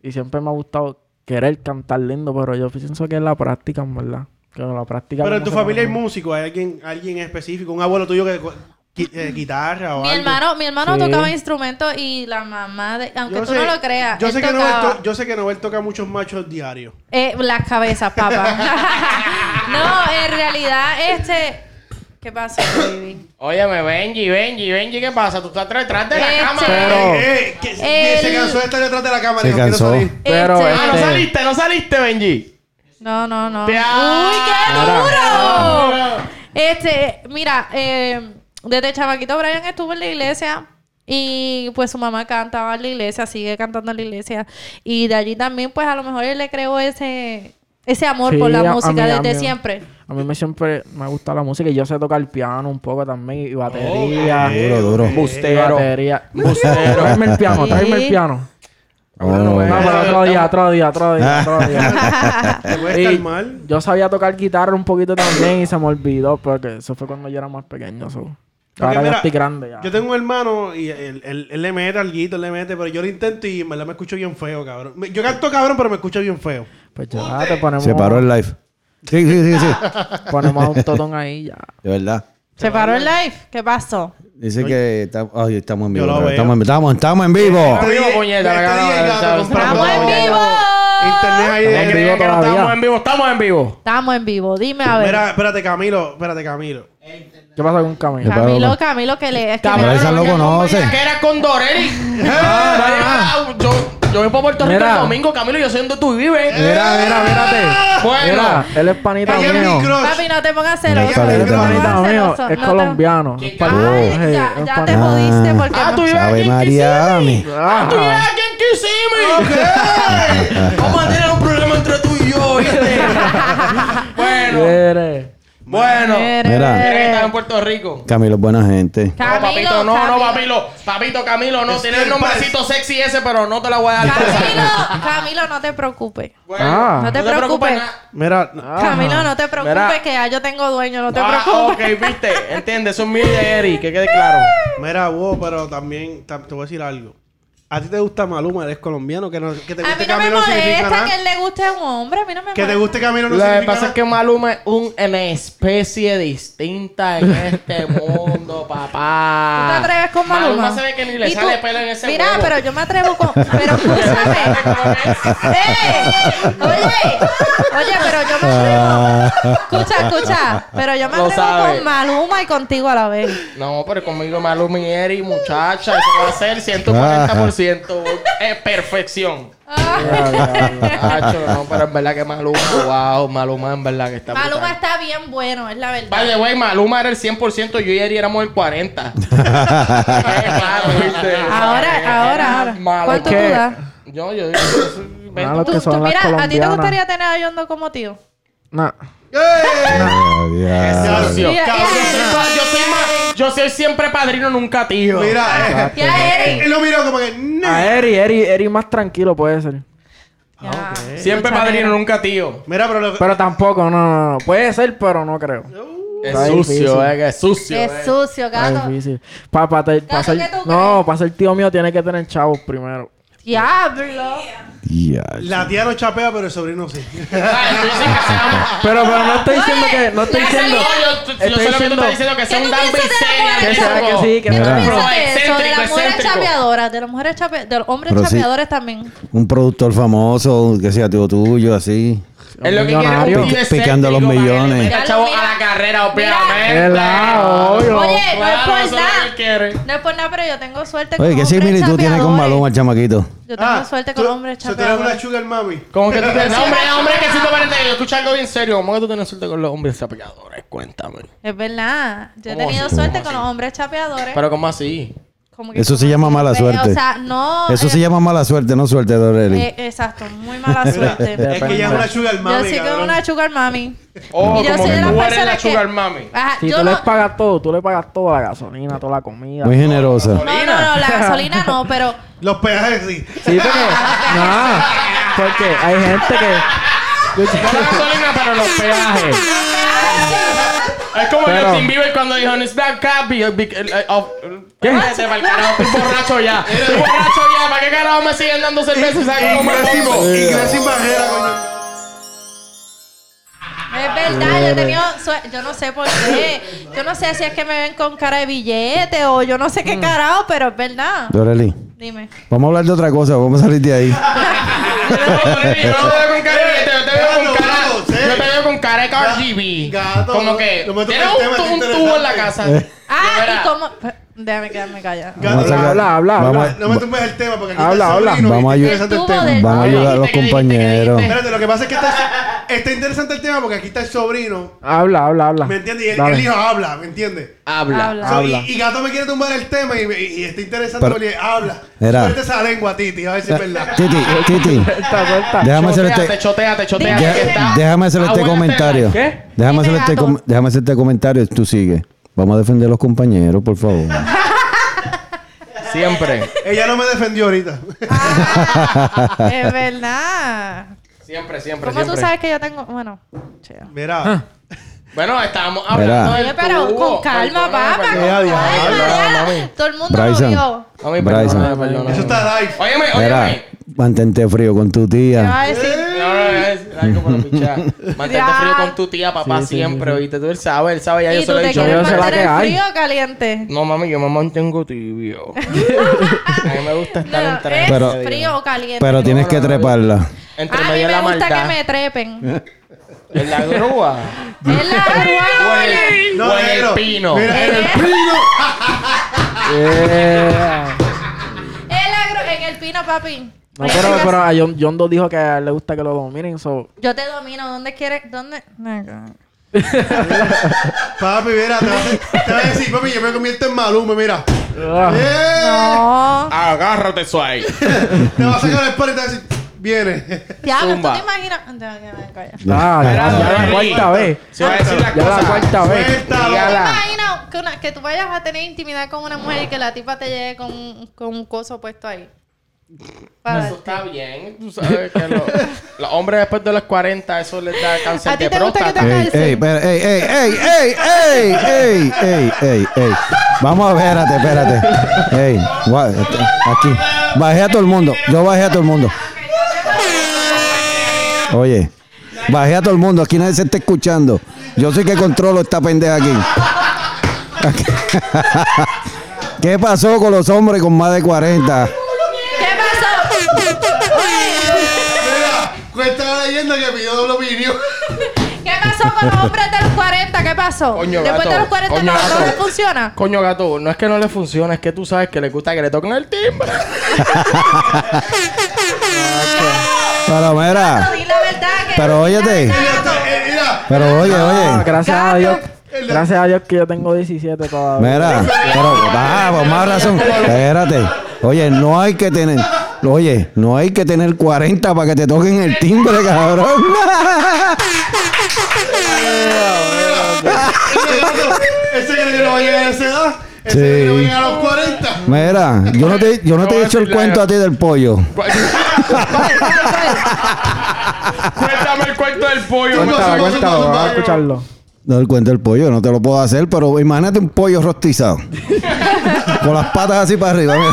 F: Y siempre me ha gustado querer cantar lindo, pero yo pienso que es la práctica, en verdad. Que la práctica...
B: Pero en
F: como
B: tu
F: se
B: familia hay
F: maneja.
B: músicos, hay alguien, alguien específico, un abuelo tuyo que co- qui- eh, guitarra o
C: Mi
B: algo.
C: hermano, mi hermano
F: Sí.
C: tocaba instrumentos y la mamá, de, aunque
B: Yo
C: tú
B: sé-
C: no lo creas,
B: Yo
C: él
B: sé, que
C: tocaba.
B: Noel to- yo sé que Noel toca muchos machos diarios.
C: Eh, las cabezas, papá. no, en realidad, este. ¿Qué pasó, baby?
G: Óyeme, Benji, Benji, Benji, ¿qué pasa? Tú estás detrás de la
C: Este-
G: cámara.
F: Pero-
B: Eh, que- que
C: El-
B: se cansó de estar detrás de la cámara.
D: Se
B: y no quiere
D: cansó.
B: salir.
F: Pero,
C: Este-
G: Ah, no
F: este-
G: saliste, no saliste, Benji.
C: No, no, no. ¡Uy,
G: Te-
C: qué
G: Ahora.
C: duro! Este, mira, eh, desde chamaquito Brian estuvo en la iglesia y pues su mamá cantaba en la iglesia, sigue cantando en la iglesia. Y de allí también, pues a lo mejor él le creó ese, ese amor por
F: Sí,
C: la
F: a- a mí-
C: música
F: a
C: desde
F: mí-
C: siempre.
F: A mí me siempre me gusta la música y yo sé tocar piano un poco también y batería.
D: Ah, Duro, duro. Ah,
F: y
G: Bustero.
F: batería. Tráeme el piano, tráeme el
C: Sí.
F: piano.
D: Bueno,
F: No,
D: bueno.
F: pero otro día, otro día, otro día, otro día.
B: Te puedes
F: Y
B: calmar.
F: Yo sabía tocar guitarra un poquito también y se me olvidó porque eso fue cuando yo era más pequeño. so.
B: Porque
F: Ahora ya
B: mira,
F: estoy grande ya.
B: Yo tengo un hermano y él, él- él le mete al guito, él le mete, pero yo lo intento y en verdad me escucho bien feo, cabrón. Me- Yo canto cabrón, pero me escucho bien feo.
F: Pues ya te ponemos,
D: Se paró el live. Sí, sí, sí, sí.
F: ponemos autotón ahí ya.
D: De verdad.
C: ¿Se paró el live? ¿qué pasó?
D: Dice que está- ay, estamos en vivo.
B: Yo lo
D: pero
B: veo.
D: Estamos, en- estamos, estamos en vivo.
G: vivo,
B: Este día-
G: puñeta, la
B: este
G: cara,
B: día
G: la
B: gato
G: cara,
B: comprando
C: ¡Estamos en
B: boletos.
C: vivo!
B: Internet ahí de-
G: ¿Creen
F: vivo
G: que no
F: todavía.
G: estamos en vivo? Estamos en vivo.
C: Estamos en vivo, dime a ver.
B: Mira, espérate, Camilo, espérate, Camilo.
F: ¿Qué pasa con Camilo?
C: Camilo, Camilo, que le... es que
D: Pero
C: me-
D: esa lo conoce.
G: Que era con Dorelli. Ah, Yo yo voy para Puerto Rico
F: Mira.
G: el domingo, Camilo, yo sé dónde tú vives.
F: Mira, mira, mírate.
G: Bueno.
F: Mira, él es panita
B: Ella es mi
F: mío.
B: crush.
C: Papi, no te pongas
D: No,
C: celoso.
D: está
F: Él
C: no
F: es
C: te
D: bien,
C: pongas
F: panita mío.
C: celoso,
F: Es
C: no te-
F: colombiano. Es
C: Ay,
F: pan-
C: ya,
F: sí, es
C: ya
F: pan-
C: te jodiste porque...
G: Ah, tú vives aquí
D: Ave
G: en
D: María,
G: Kissimmee.
D: mi.
G: Ah, tú vives aquí en Kissimmee. Vamos a tener un problema entre tú y yo, ¿viste?
B: Eh.
G: Bueno,
F: Quiere.
G: bueno.
C: Eh.
G: Tiene que estar en
C: Mira.
G: Puerto Rico.
D: Camilo es buena gente.
G: No, papito, no, no,
C: Camilo.
G: papilo. Papito, Camilo, no.
B: Es
G: Tiene el
B: que-
G: nombrecito sexy ese, pero no te la voy a dar.
C: Camilo, Camilo, no te preocupes.
F: Ah.
C: no te
G: preocupes,
C: preocupes.
G: na-
B: Mira,
C: Camilo, no te preocupes
G: Mira.
C: que ya yo tengo dueño, no te
G: Ah,
C: preocupes.
G: ok, viste. Entiende, son mil de Eric, que quede claro.
B: mira, vos, pero también tam- te voy a decir algo. ¿A ti te gusta Maluma? ¿Eres colombiano? Que, no, que te
C: A
B: guste
C: mí no me
B: Camilo no significa
C: molesta
B: nada.
C: que él le guste a un hombre, a mí no me
B: Que te
C: molesta.
B: guste Camilo no
G: Lo que
B: significa
G: pasa es
B: nada.
G: que Maluma es un- una especie distinta en este mundo,
C: ¿Tú
B: Ah.
G: papá.
C: te atreves con Maluma?
G: Maluma se ve que ni le
C: ¿Y tú?
G: sale pelo en ese
C: Mira,
G: huevo.
C: pero yo me atrevo con... Pero escúchame. ¡Eh! Oye, oye, pero yo me atrevo... Escucha, escucha. Pero yo me
G: Lo
C: atrevo
G: sabe.
C: con Maluma y contigo a la vez.
G: No, pero conmigo Maluma y Eric, muchacha, eso va a ser
C: Ah.
G: 140% eh, perfección. Muchacho, no, pero en verdad que Maluma, wow, Maluma en verdad que está
C: Maluma
G: brutal.
C: está bien bueno, es la verdad.
G: By the way, Maluma era el 100%, yo y Eric éramos el 40. Claro, ¿viste?
C: Ahora, ahora, ahora.
G: Malo.
C: ¿Cuánto
F: ¿Qué?
C: tú das?
G: Yo, yo digo, yo soy
F: Malo.
G: 20.
F: que
C: Tú,
F: son
C: tú,
F: las
C: mira, ¿a ti te
F: colombianas.
C: gustaría tener a Yondo como tío?
F: Ah. Nah.
B: ¡Eh!
D: Ya, ya.
G: Yo
C: Mira,
G: soy
C: mira,
G: pa- yo soy ma- yo soy siempre padrino, nunca tío.
B: Mira, eh,
C: Ya, Eric.
B: él lo miró como que... "No".
F: A Eri, Eri, Eri más tranquilo puede ser.
C: Ya.
G: Siempre padrino, nunca tío.
B: Mira, pero... Lo,
F: Pero tampoco, no, no, no. Puede ser, pero no creo.
G: Es
F: Está
G: sucio,
F: difícil.
G: eh, que es sucio.
C: Qué
G: eh.
C: sucio,
F: Está
C: gato.
F: difícil. Pa, pa, te- pa
C: Gato,
F: ser-
C: ¿qué tú
F: no,
C: crees?
F: para ser tío mío tiene que tener chavos primero.
C: Diablo.
B: la tía no chapea, pero el sobrino sí.
G: Ay, tú dices que seamos-
F: Pero, pero no estoy diciendo
C: Oye,
F: que. No estoy
C: ya
F: diciendo.
C: salió.
G: Yo, yo sé
F: Estoy
G: lo que tú
F: diciendo-
G: estás diciendo, que sea
C: ¿Qué tú
G: un Dan
C: piensas de la
G: Vicente.
C: mujer
F: Que sea que
G: loco.
F: sí, que
C: ¿Qué tú
D: Mira.
F: no.
C: piensas de eso? De
G: Excéntrico,
C: las mujeres
G: excéntrico.
C: chapeadoras, de las mujeres chapeadoras, de los hombres
D: Pero sí.
C: chapeadores también.
D: Un productor famoso que sea tío tuyo, así.
G: Es lo que
F: Millonario.
G: quiero
D: Pic- picando los millones.
C: Ya lo
G: Chavo a
C: mira.
G: la carrera,
C: Mira.
G: obviamente.
F: Claro, obvio.
C: Oye, no es
G: Claro,
C: por
G: eso es lo que él
C: nada.
G: quiere.
C: No es por nada, pero yo tengo suerte con
D: Oye, ¿qué
C: hombres
D: similitud tiene
C: Este
D: con
C: chapeadores.
D: Maluma el chamaquito?
C: Yo tengo suerte con hombres
B: Ah, Se tiene una
C: chapeadores.
B: sugar mami.
G: Como que tú tienes. No, hombre, hombre, que si te parece. Yo escucho algo bien serio. ¿Cómo que tú tienes suerte con los hombres sapeadores? Cuéntame.
C: Es verdad. Yo he
G: ¿Cómo
C: tenido
G: así?
C: suerte
G: ¿Cómo
C: con los hombres chapeadores.
G: Pero, ¿cómo así?
C: Como que
D: Eso se
C: como-
D: llama mala
C: Eh,
D: suerte.
C: O sea, no.
D: Eso
C: eh,
D: se llama mala suerte, no suerte, Dorelli.
C: eh, exacto, muy mala
B: Mira,
C: suerte.
B: es que ella es una sugar
C: Yo
B: mami,
C: sí que
B: cabrón.
C: una sugar mami.
G: Oh,
C: Y yo soy
G: como que
C: de las
G: tú eres la
C: personas que-
G: sugar mami.
C: Ajá,
F: Si
C: yo
F: tú
C: no-
F: les pagas todo, tú le pagas toda la gasolina, toda la comida.
D: Muy generosa.
C: No, no, no, la gasolina no, pero
B: Los peajes sí.
F: Sí, porque. no, porque hay gente que.
G: No la gasolina, pero los peajes. Es como
D: Pero-
G: Justin Bieber cuando dijo "It's not copy, be- eh, of- Ah, ¿Qué? Cállate pa'l carajo, estoy borracho ya. Estoy borracho ya. ¿Para qué carajo me siguen dando cerveza? ¿Sabes cómo me
B: Iglesia
G: pongo?
B: sin- Iglesia sin barrera, coño.
C: Es verdad, yo he tenido sue- yo no sé por qué. Yo no sé si es que me ven con cara de billete o yo no sé qué carajo, pero es verdad.
D: Doreli,
C: Dime.
D: vamos a hablar de otra cosa, vamos a salir de ahí.
G: Yo no te veo con cara de billete, yo te veo con
B: Gato,
G: cara.
B: gato, sí.
G: Yo te veo con cara de Cardi B.
B: Gato,
G: Como que.
B: no me toques
G: Tienes
B: el tema, está
G: un, un tubo en la
B: interesante.
G: casa.
C: Ah,
G: Mira,
C: y cómo. Déjame quedarme callada.
D: Vamos a
B: Gato,
D: sacar-
F: Habla, habla,
D: vamos a-
F: habla.
B: No me tumbes el tema porque aquí
F: Habla,
B: está el
F: habla.
B: sobrino,
D: Vamos a
B: y
D: ayudar.
B: está interesante el
C: Estuvo
B: tema.
C: de-
D: Vamos a
G: ¿qué
D: ayudar a los
G: dijiste, qué dijiste,
D: compañeros.
G: qué dijiste?
B: Espérate, lo que pasa es que está, está interesante el tema porque aquí está el sobrino,
F: Habla, habla, habla.
B: ¿me entiendes? Y el,
F: Dale.
B: el hijo habla, ¿me entiendes?
G: Habla.
C: Habla.
B: So,
F: Habla.
B: Y, y Gato me quiere tumbar el tema y, y- y está interesante
D: Pero-
B: porque habla.
D: Era. Eh,
B: Suelta esa lengua, Titi, a ver si es verdad.
D: Titi, Titi,
F: Suelta, suelta.
D: déjame hacer
G: Choteate,
D: este,
G: choteate, choteate.
D: ya-
G: que está-
D: déjame hacer este
G: Abuela
D: comentario.
G: Tela, ah, ¿Qué?
D: Déjame hacer
C: Dime,
D: este,
C: gato.
D: com- déjame hacer este comentario, tú sigue. Vamos a defender a los compañeros, por favor.
G: Siempre.
B: Ella no me defendió ahorita.
C: Ah, es verdad.
G: Siempre, siempre,
C: ¿Cómo tú
G: siempre.
C: sabes que yo tengo.? Bueno, cheo.
B: Mira,
G: Bueno, estábamos
D: Mira.
G: hablando
C: Oye,
G: del
C: pero
G: tubo,
C: con calma,
G: perdóname,
C: papá. Con
B: Ya,
G: perdóname.
B: ya,
C: calma,
G: ya,
C: ya.
G: mami.
C: Todo el mundo lo
D: Bryson.
C: vio.
G: Mami,
D: Bryson.
G: perdóname, perdóname.
B: eso está live.
G: Óyeme,
D: Mira,
G: óyeme.
D: mantente frío con tu
C: Te va
D: tía.
C: a decir.
G: No, no, es algo para pichar. Mantente
C: Ya.
G: frío con tu tía, papá, siempre, oíste. Tú él sabe, él sabe, ya yo
C: ¿Y
G: se
C: tú
G: lo he
C: te
G: dicho.
C: quieres
F: Yo sé la
C: mantener
F: que hay.
C: frío o caliente?
G: No, mami, yo me mantengo tibio. A mí me gusta estar
C: No,
G: entre...
C: es
D: Pero-
C: frío o caliente.
D: Pero tienes que treparla.
G: Entre
C: A mí
G: medio de
C: me
G: la
C: gusta que
G: maldad.
C: me trepen.
G: En la grúa.
C: Es la
G: O
C: grúa.
G: en el,
B: No,
G: o en el
B: negro.
G: pino.
B: Mira, en el
C: ¿Eh?
B: primo.
F: Yeah.
C: Es la grúa. En el pino, papi.
F: No, pero, pero a John, Yondo dijo que a él le gusta que lo dominen, so...
C: Yo te domino. ¿Dónde quieres? ¿Dónde? No,
B: Papi, mira, te vas a, te vas a decir, papi, yo me convierto en Maluma, mira.
F: Ah,
B: Yeah.
C: Ah.
G: Ah,
C: No.
G: Agárrate eso ahí.
B: Te vas a sacar el espalda y te vas a decir, viene.
C: Diablo, ¿tú
G: Zumba.
C: te imaginas? Ya, ya, ya, calla.
F: Ah, ya,
G: Espera,
F: ya la
G: Dorelli.
F: cuarta vez.
G: Se va a decir las
F: Ya la
G: cosas.
F: cuarta vez.
B: Suéltalo.
C: ¿Tú te
G: Ala.
C: imaginas que, una- que tú vayas a tener intimidad con una mujer y que la tipa te llegue con, un- con un coso puesto ahí? Para-
G: Eso está bien. Tú sabes que lo- los hombres después de los 40, eso les da
C: ¿A
G: cáncer
C: ti
G: de
C: te gusta que
G: próstata.
C: te-
D: Ey, ey, espera, ey, ey, ey, ey, ey, ey, ey, ey, ey. Vamos a ver, espérate, espérate. Ey, gua- este, aquí. Bajé a todo el mundo. Yo bajé a todo el mundo. Oye, bajé a todo el mundo. Aquí nadie se está escuchando. Yo soy que controlo esta pendeja aquí. ¿Qué pasó con los hombres con más de 40?
C: ¿Qué pasó? Oye,
B: Mira, cuenta la leyenda que pidió doble opinión.
C: ¿Qué pasó con los hombres de los 40? ¿qué pasó?
G: Coño,
C: Después de
G: gato.
C: los 40 no,
G: Coño,
C: no
G: gato.
C: les funciona.
G: Coño, gato, no es que no le funciona, es que tú sabes que le gusta que le toquen el timbre.
D: Pero mira,
C: Pero di la verdad que-
D: Pero óyete.
C: la
B: Mira,
C: verdad,
B: eh, mira,
D: pero oye,
F: Ah,
D: oye.
F: gracias a Dios.
C: Gato.
F: Gracias a Dios que yo tengo 17 todavía.
D: Mira, pero ah, por más razón. Espérate. Oye, no hay que tener. Oye, no hay que tener 40 para que te toquen el timbre, cabrón.
B: ese gato, ese cree que no va a llegar a esa edad. Ese
D: Sí.
B: cree que no va a llegar a los 40.
D: Mira, yo no te, yo no te he hecho el cuento a ti del pollo.
G: Cuéntame el cuento del pollo.
F: Cuéntala,
B: Zumba, zumba, zumba,
F: cuéntala, vamos a
B: zumba.
F: escucharlo.
D: No el cuento del pollo, no te lo puedo hacer, pero imagínate un pollo rostizado. Con las patas así para arriba. mira.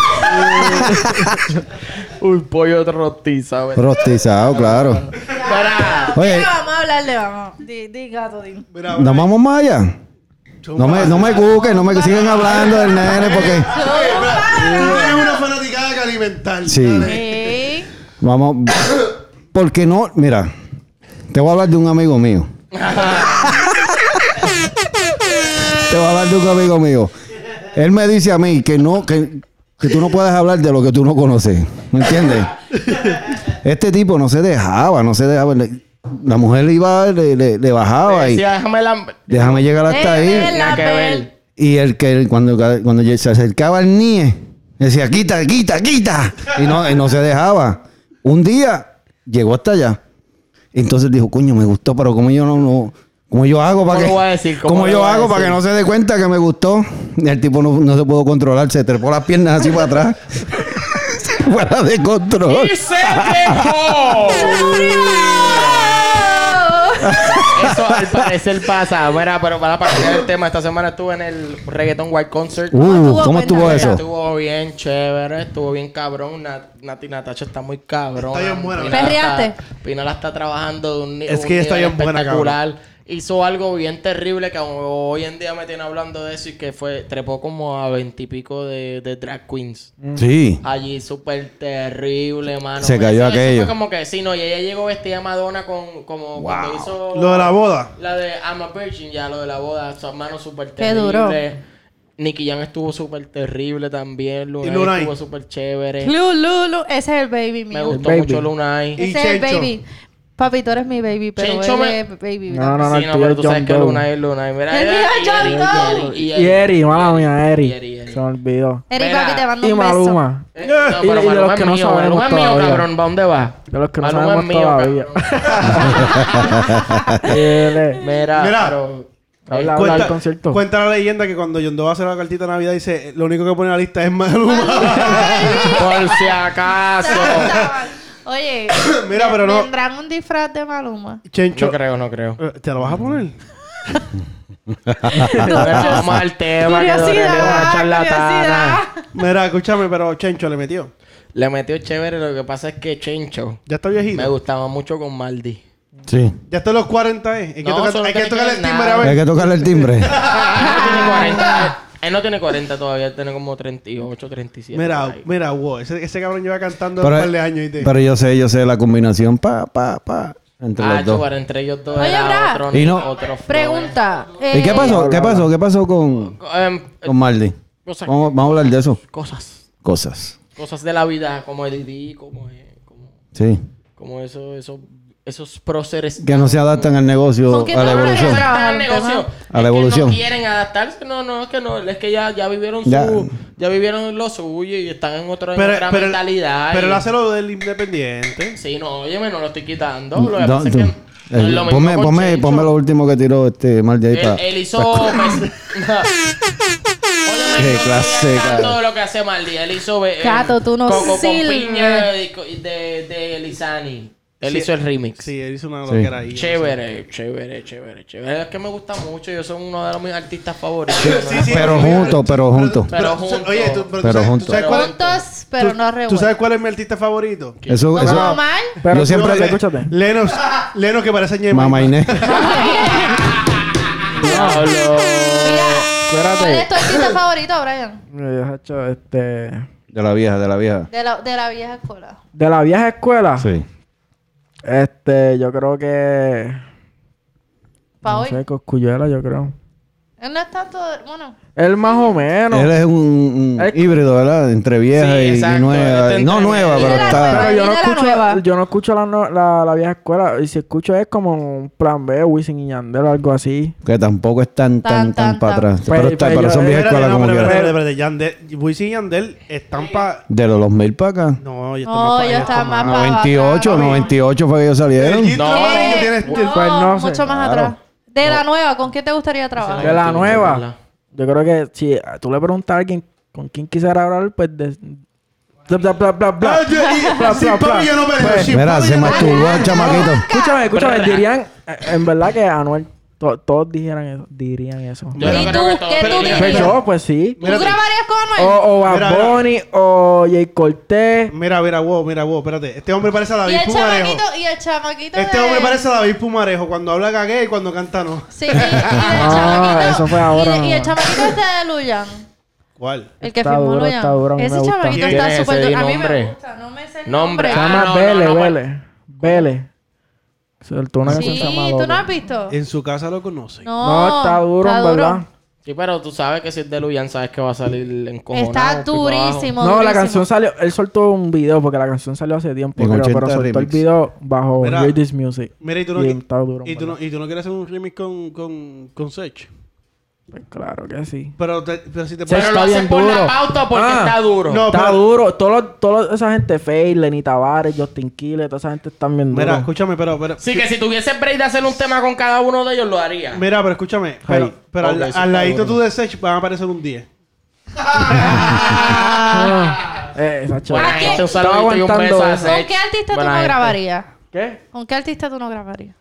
G: Un pollo rotiza, güey.
D: Rostizado, claro.
G: Espera.
D: Oye,
C: Mira, vamos a hablarle, vamos. Di, di gato, di.
B: Mira,
D: ¿nos vamos más allá?
B: Zumba.
D: No me, no me cuques, no me sigan hablando del nene porque...
B: Oye, espera, Tú eres una fanaticada que alimentar.
D: Sí.
B: dale.
C: Sí.
D: Vamos. Porque no, mira, te voy a hablar de un amigo mío. te voy a hablar de un amigo mío. Él me dice a mí que no, que, que tú no puedes hablar de lo que tú no conoces. ¿Me entiendes? Este tipo no se dejaba, no se dejaba. Le- la mujer iba, le, le- le bajaba y
G: Decía, déjame la...
D: déjame llegar hasta
C: Déjame
D: ahí.
C: la
G: Nada que ver.
C: pel-
D: Y él que cuando, cuando ya se acercaba al NIE, decía, quita, quita, quita. Y no, y no se dejaba. Un día llegó hasta allá. Entonces dijo, coño, me gustó, pero como yo no, no- ¿cómo yo hago para
G: ¿Cómo
D: que...
G: lo voy a decir? ¿Cómo
D: ¿Cómo
G: lo
D: yo
G: voy a
D: hago para que
G: decir?
D: no se dé cuenta que me gustó? Y el tipo no, no se pudo controlar, se trepó las piernas así para atrás. Fuera de control.
G: ¡Y se dejó!
C: ¡Murió!
G: Eso al parecer pasa. Mira, pero para para cambiar el tema, esta semana estuve en el Reggaeton White Concert.
D: Uh,
C: estuvo?
D: ¿cómo estuvo
C: Cuéntame.
D: eso?
G: Estuvo bien chévere, estuvo bien cabrón. Na- Nati Natacha está muy cabrón.
B: Está bien buena,
G: Pinal
C: ¿verdad?
G: está- Pinal está trabajando de un, ni-
B: Es
G: un
B: que está
G: nivel
B: bien buena,
G: espectacular. Hizo algo bien terrible que hoy en día me tiene hablando de eso y que fue trepó como a veintipico de, de drag queens.
D: Sí.
G: Allí súper terrible, mano.
D: Se
G: Pero
D: cayó
G: eso- eso
D: aquello.
G: Fue como que sí, no, y ella llegó vestida Madonna con como cuando hizo
B: Lo de la boda.
G: la de I'm a Virgin, ya lo de la boda, su hermano súper
C: Qué
G: terrible.
C: duro.
G: Nicky Jam estuvo súper terrible también. Lunay,
B: ¿Y Lunay?
G: estuvo súper chévere.
C: Lu, Lu, Lu. Ese es el baby
G: Me
C: mío.
G: gustó
F: Baby.
G: mucho Lunay.
B: Y
C: Ese es el
B: Chencho.
C: baby. Papi, tú eres mi baby, pero
G: Chencho
C: él
G: me-
C: es baby.
F: No, no, no,
G: Sí,
F: el
G: no,
F: tuyo
G: pero
F: es
G: tú sabes
F: John
G: que Lunay
F: Doe.
G: es Lunay. Mira,
C: El
G: era-
C: mío es
G: y Eri,
C: John Doe.
G: y eh, Eri, y Eri.
F: Y Eri, mala mía, Eri.
G: Eri, Eri.
F: Se me olvidó.
C: Eric,
G: Mira,
C: papi, te mando
F: Y
C: un beso.
F: Maluma.
G: Eh, no,
F: Y- y
G: pero
F: de
G: Maluma
F: los
G: es
F: que no
G: mío,
F: sabemos
G: Maluma es mío,
F: todavía.
G: cabrón. ¿Para dónde va?
F: De los que no
G: Maluma es
F: sabemos
G: mío,
F: todavía.
G: cabrón.
F: Dile.
G: Mira,
B: Mira.
G: pero- eh,
F: Habla, habla del concierto.
B: cuenta la leyenda que cuando John Doe hace la cartita de Navidad dice, lo único que pone en la lista es Maluma.
G: Por si acaso.
C: Santa, Oye,
B: Mira, pero no.
C: ¿tendrán un disfraz de Maluma?
B: Chencho.
G: No creo, no creo.
B: eh, ¿Te lo vas a poner?
G: Pero Vamos al tema que Dorelli es una
C: Curiosidad,
G: charlatana.
C: curiosidad.
B: Mira, escúchame, pero Chencho le metió.
G: Le metió chévere, lo que pasa es que Chencho
B: Ya está
G: me
B: viejito.
G: gustaba mucho con Maldi.
D: Sí.
B: Ya está en los 40, eh. Hay que
G: No,
B: tocar,
G: eso no
B: hay que
G: tiene que
B: tocar el
G: ver nada.
B: timbre a
D: Hay
B: ver.
D: que tocarle el timbre.
G: Él no tiene 40, él no tiene 40 todavía, él tiene como 38, 37. por
B: Mira,
G: ahí.
B: mira, wow. Ese, ese cabrón lleva cantando un par de años y
D: Pero,
B: te...
D: pero yo sé, yo sé la combinación pa, pa, pa, entre
G: ah,
D: los dos.
G: chaval, entre ellos dos
C: Oye,
G: era
C: Bra.
G: otro,
D: Y no-
G: otro flow.
C: Pregunta.
D: ¿Y qué
C: eh,
D: pasó? ¿Qué pasó? ¿Qué pasó con,
G: Em, eh,
D: con Maldi?
G: cosas,
D: Vamos, vamos a hablar de eso.
G: cosas,
D: Cosas.
G: cosas de la vida, como el ID, como, eh, como,
D: Sí.
G: como eso, eso, esos próceres
D: Que no se adaptan al negocio,
C: ¿Con qué
D: a la
C: no hablas?
D: evolución.
C: Pero-
G: adaptar al
C: Ajá, el tema.
G: negocio.
D: A la
G: Es que
D: evolución.
G: no quieren adaptarse. No, no, es que no. Es que ya, ya vivieron
D: Ya.
G: su... Ya vivieron lo suyo y están en, otro, en otra mentalidad.
B: pero
G: y-
B: él hace lo del independiente.
G: Sí, no, óyeme, no lo estoy quitando. Lo que
D: No,
G: pasa es
D: tú-
G: que no es
D: eh,
G: lo mismo
D: Ponme,
G: con
D: ponme,
G: Chencho.
D: ponme lo último que tiró este Maldi ahí
G: Él,
D: para.
G: él hizo... pues, Óyeme,
D: Qué
G: no
D: clase,
G: estoy
D: cara.
G: Todo lo que hace Maldi. Él hizo... eh,
C: Cato, tú no
G: Coco con
C: sirves.
G: piña de, de, de Lizani. Él
B: Sí.
G: hizo el remix.
B: Sí, él hizo una
D: Sí.
B: loquera ahí.
G: Chévere, chévere, chévere, chévere. Es que me gusta mucho. Yo soy uno de mis artistas favoritos. ¿no?
B: Sí, sí,
D: Pero
B: mira,
D: juntos, pero juntos.
G: Pero
B: so-
G: juntos.
B: Oye, tú, pero, tú
D: Pero
B: sabes,
D: juntos.
B: ¿tú sabes cuál es-
C: Juntos, pero
B: tú-
C: no
B: ¿Tú sabes
C: revueltos.
B: cuál es mi artista favorito?
D: Eso,
C: ¿Cómo
D: eso.
C: mal?
F: Pero
D: Yo siempre.
B: Uno de-
F: escúchate.
B: Lenos, Lenos que parece Ñema.
D: Mamá Inés.
G: Diablo.
C: Mira, ¿cuál
F: Espérate.
C: es tu artista favorito, Brian?
F: Me has hecho, este...
D: De la vieja, de la vieja.
C: De la, de la vieja escuela.
F: De la vieja escuela.
D: Sí.
F: Este, yo creo que...
C: Pa'
F: no
C: hoy.
F: sé, Cosculluela, yo creo.
C: Él no es tanto... de- Bueno,
F: Él más o menos.
D: Él es un, un
F: Es-
D: híbrido, ¿verdad? Entre vieja
G: Sí,
D: y- y,
G: exacto.
D: nueva.
G: Está
D: no
G: entre-
D: nueva, pero
C: Mira la
D: está.
C: nueva.
F: Pero yo no,
C: Dile la
F: escucho,
C: nueva.
F: yo no escucho la, no- la, la vieja escuela. Y si escucho es como un plan B, Wisin y Yandel o algo así.
D: Que tampoco es tan, tan,
C: Tan,
D: tan
C: tan,
D: para
C: tan.
D: atrás.
F: Pues-
D: Pero, está,
F: pues
D: pero
F: yo-
D: son vieja
B: Espérate,
D: escuela
B: no,
D: como
B: espérate,
D: quiera.
B: espérate, espérate. Yandel, Wisin y Yandel están pa...
D: De los 2000 para acá.
B: No, yo
C: no, yo estaba más para
D: 98, 98 fue que ellos salieron.
B: El
G: No.
B: no, amarillo tiene
C: No,
B: estilo.
F: Pues no sé,
C: mucho más
D: claro.
C: atrás. De la nueva, ¿con qué te gustaría trabajar?
F: De la
G: Entiendo,
F: nueva.
G: ¿verdad?
F: Yo creo que si eh, tú le preguntas a alguien con quién quisiera hablar, pues de... Bla, bla, bla, bla, bla.
B: Ah, yo- y-
F: Bla,
B: sin
F: bla,
B: papi
F: bla. Pues,
B: yo no peleo, sin
D: Mira,
B: papi
D: se
B: yo no peleo.
D: masturbó el chamaquito.
F: Escúchame, escúchame. Dirían... eh, En verdad que Anuel... to- todos dijeran eso, dirían eso.
G: Yo
C: ¿Y
G: no creo
C: tú?
G: que todo-
C: ¿Qué tú
G: Pero-
F: Pues
C: dirías?
F: yo, pues sí.
C: ¿Tú grabarías con Anuel?
F: O, o
B: Mira,
F: Bad
B: mira.
F: Bunny, o Jay Cortés.
B: Mira, mira, wow, mira, wow, espérate. Este hombre parece a
C: Y
B: David
C: el
B: Pumarejo.
C: chamaquito, y el chamaquito
B: Este
C: de-
B: hombre parece a David Pumarejo. Cuando habla cagué y cuando canta no.
C: Sí, y, y el chamaquito.
F: Ah, eso fue ahora.
C: Y, y el chamaquito este de Luyan.
B: ¿Cuál?
C: El que
F: Está
C: firmó
F: duro,
C: Luyan.
F: está duro, a mí
C: ese
F: me gusta.
C: chamaquito
B: ¿Quién
C: está
G: es
C: súper
G: ese?
C: duro. A mí
G: Nombre.
C: me gusta, no me sé el nombre.
G: Nombre.
F: Se llama
G: Ah, no,
F: Vele,
G: no, no,
F: Vele. Vele. Soltó una canción que
C: sí,
F: se llama
C: ¿tú
F: Vele.
C: no has visto?
B: En su casa lo conoce.
C: No,
F: No, está duro, en verdad.
G: Sí, pero tú sabes que si es de Luyan, sabes que va a salir en
C: Está durísimo.
F: No, la
C: durísimo.
F: canción salió. Él soltó un video porque la canción salió hace tiempo.
D: Y con
F: creo, pero
D: 80
F: soltó el
D: remix.
F: video bajo
B: Mira,
F: Read This Music.
B: Mira, y tú no,
F: Y está duro,
B: y tú
F: ¿verdad?
B: no- y tú no quieres hacer un remix con, con, con Sech.
F: Pues claro que sí.
B: Pero, te- pero si te
G: Pero
B: pones...
G: lo
F: Está
G: hace
F: bien
G: por la
F: duro.
G: pauta o porque
F: Ah.
G: está duro.
B: No,
F: está
B: pero-
F: duro. Todos los- Toda esa gente, Faye, Lenny Tavares, Justin Kille, toda esa gente están bien
B: Mira,
F: dura.
B: escúchame, pero... pero
G: Sí, que si tuviese break de hacer un tema con cada uno de ellos, lo haría.
B: Mira, pero escúchame. Pero,
F: Hey.
B: pero
G: Ok,
B: al,
G: eso
B: al
G: está
B: ladito
G: duro.
B: tú de Sech van a aparecer un 10.
F: Eh, esa
G: Buena
F: chava.
C: ¿qué?
G: gente, un
F: Estaba
G: saludo y un
F: aguantando
G: beso a
F: eso.
G: Sech.
C: ¿Con qué artista tú
G: Buena
C: no
G: gente.
C: grabarías?
F: ¿Qué?
C: ¿Con qué artista tú no grabarías?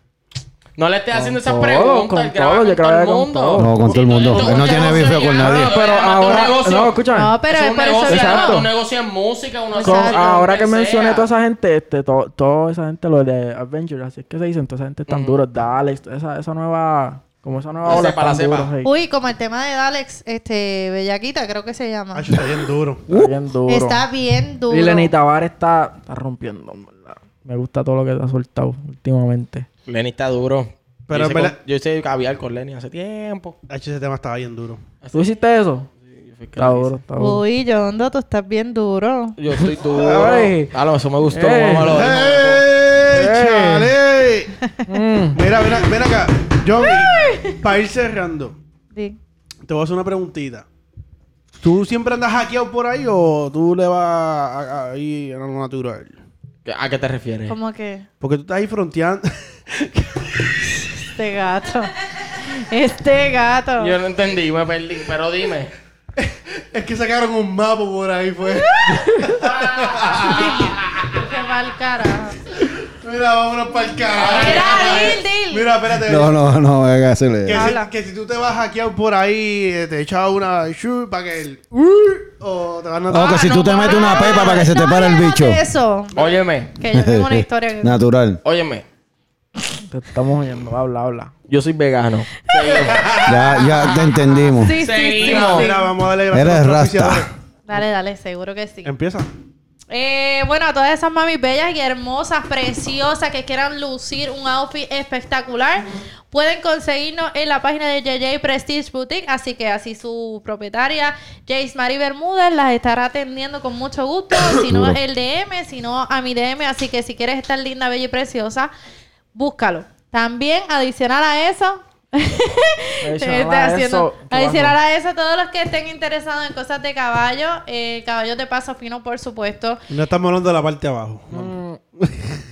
G: No le estés haciendo esas
F: todo,
G: preguntas.
F: con
G: graba
F: todo, yo creo que
G: todo el
F: con
G: mundo.
F: todo.
D: No, con todo el mundo.
G: Tú-
D: Él no
G: tú
D: tiene
G: te
D: bife
G: vas a
D: con nadie.
G: llamar,
F: Pero
G: tú vas a
F: ahora,
G: llamar tu negocio.
F: no, escúchame.
C: No, pero
G: es
C: es
G: un
C: por eso
G: negocio,
C: que
G: además,
F: Exacto.
G: un negocio en música, una
F: Con-
C: Exacto.
F: ahora que mencioné
G: mencioné
F: a toda esa gente, este, to- toda esa gente, lo de Avengers, así es que se dicen, toda esa gente es tan
C: Mm.
F: dura, Dalex, esa, esa nueva, como esa nueva
G: La
F: ola
G: cepa,
F: tan
G: la cepa.
F: dura, sí.
C: Uy, como el tema de Dalex, este, Bellaquita, creo que se llama.
B: Hacho, Ah, está bien duro.
F: Está bien duro.
C: Uh, Está bien duro.
F: Y Lenny Tavares está, está rompiendo, en ¿verdad? Me gusta todo lo que ha soltado últimamente.
G: Lenny está duro.
B: Pero
G: yo,
B: en
G: hice
B: verdad-
G: con- yo hice caviar con Lenny hace tiempo.
B: Hacho, Ah, ese tema estaba bien duro.
F: ¿Tú hiciste eso?
G: Yo fui que
F: Está
G: le hice.
F: duro, está duro.
C: Uy, Yondo, tú estás bien duro.
G: Yo estoy duro.
F: Ay.
G: Ah, no, eso me gustó.
F: Ey.
G: mamá, lo dijo.
B: ¡Ey, chale!
F: Mm.
B: Mira, mira, mira acá. John, para ir cerrando,
C: Di.
B: te voy a hacer una preguntita. ¿Tú siempre andas hackeado por ahí o tú le vas a- a- ahí a lo natural?
G: ¿A qué te refieres?
C: Como que
B: Porque tú estás ahí fronteando.
C: este gato. Este gato.
G: Yo no entendí, me perdí. Pero dime.
B: es que sacaron un mapa por ahí, pues. fue.
C: Qué mal carajo.
B: Mira, vámonos para el carajo.
C: Mira, dil, dil.
B: Mira, espérate.
D: No, no, no, hay que hacerle.
B: Que, si,
C: Habla.
B: que si tú te vas hackeado por ahí, eh, te echas una shoot para que el. o te van a
D: O que si tú te metes una pepa para que se te
C: No
D: pare el
C: hablemos
D: bicho.
C: de Eso.
G: Óyeme,
C: Que yo tengo una historia que...
D: Natural.
G: óyeme.
F: Te estamos oyendo, habla, habla.
G: Yo soy vegano.
D: Ya, ya te entendimos.
C: Sí, sí, sí,
G: Seguimos.
C: sí.
B: Mira, vamos a darle gracias.
D: Eres
B: a nuestros auspiciadores.
D: rasta.
C: Dale, dale, seguro que sí.
B: Empieza.
C: Eh, bueno, a todas esas mamis bellas y hermosas, preciosas, que quieran lucir un outfit espectacular, pueden conseguirnos en la página de JJ Prestige Boutique. Así que así su propietaria, Jace Marie Bermúdez, las estará atendiendo con mucho gusto. si no, el DM, si no, a mi DM. Así que si quieres estar linda, bella y preciosa, búscalo. También, adicional a eso,
F: Adicional
C: Está
F: a
C: haciendo-
F: eso, ¿qué
C: adicional
F: pasó?
C: a eso, todos los que estén interesados en cosas de caballo, eh, caballos de paso fino, por supuesto,
B: No estamos hablando de la parte de abajo.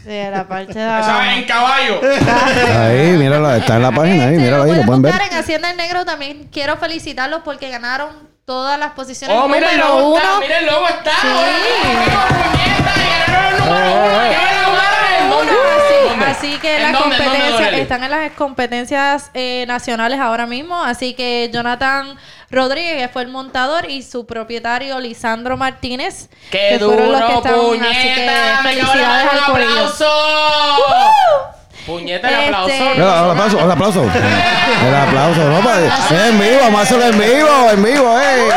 C: de la parte de
I: Eso es
C: abajo.
I: en caballo.
D: Ahí, míralo, está en la página ahí,
C: Este,
D: míralo ahí, lo pueden ver.
C: buscar en Hacienda del Negro también. Quiero felicitarlos porque ganaron todas las posiciones
G: Oh, mira el
C: número
G: logo
C: uno.
G: está. Mira el logo está.
C: Sí. Número
G: ahora mismo, número uno.
C: uno,
G: ¿Dónde?
C: Así así que
G: ¿En
C: las
G: dónde? ¿En dónde
C: competencias
G: duele?
C: están en las competencias eh, nacionales ahora mismo. Así que Jonathan Rodríguez que fue el montador y su propietario Lisandro Martínez.
G: ¡Qué
C: que
G: duro,
C: fueron los que estaban, así que
G: puñeta! ¡Me acabo de
C: felicidades
G: dar
C: al
G: un
C: corillo.
G: aplauso! ¡Puñeta, el
C: Este-
G: aplauso!
D: Mira, el aplauso, el aplauso. El aplauso, no, pa- eh, en vivo, vamos a hacerlo en vivo, en vivo, eh.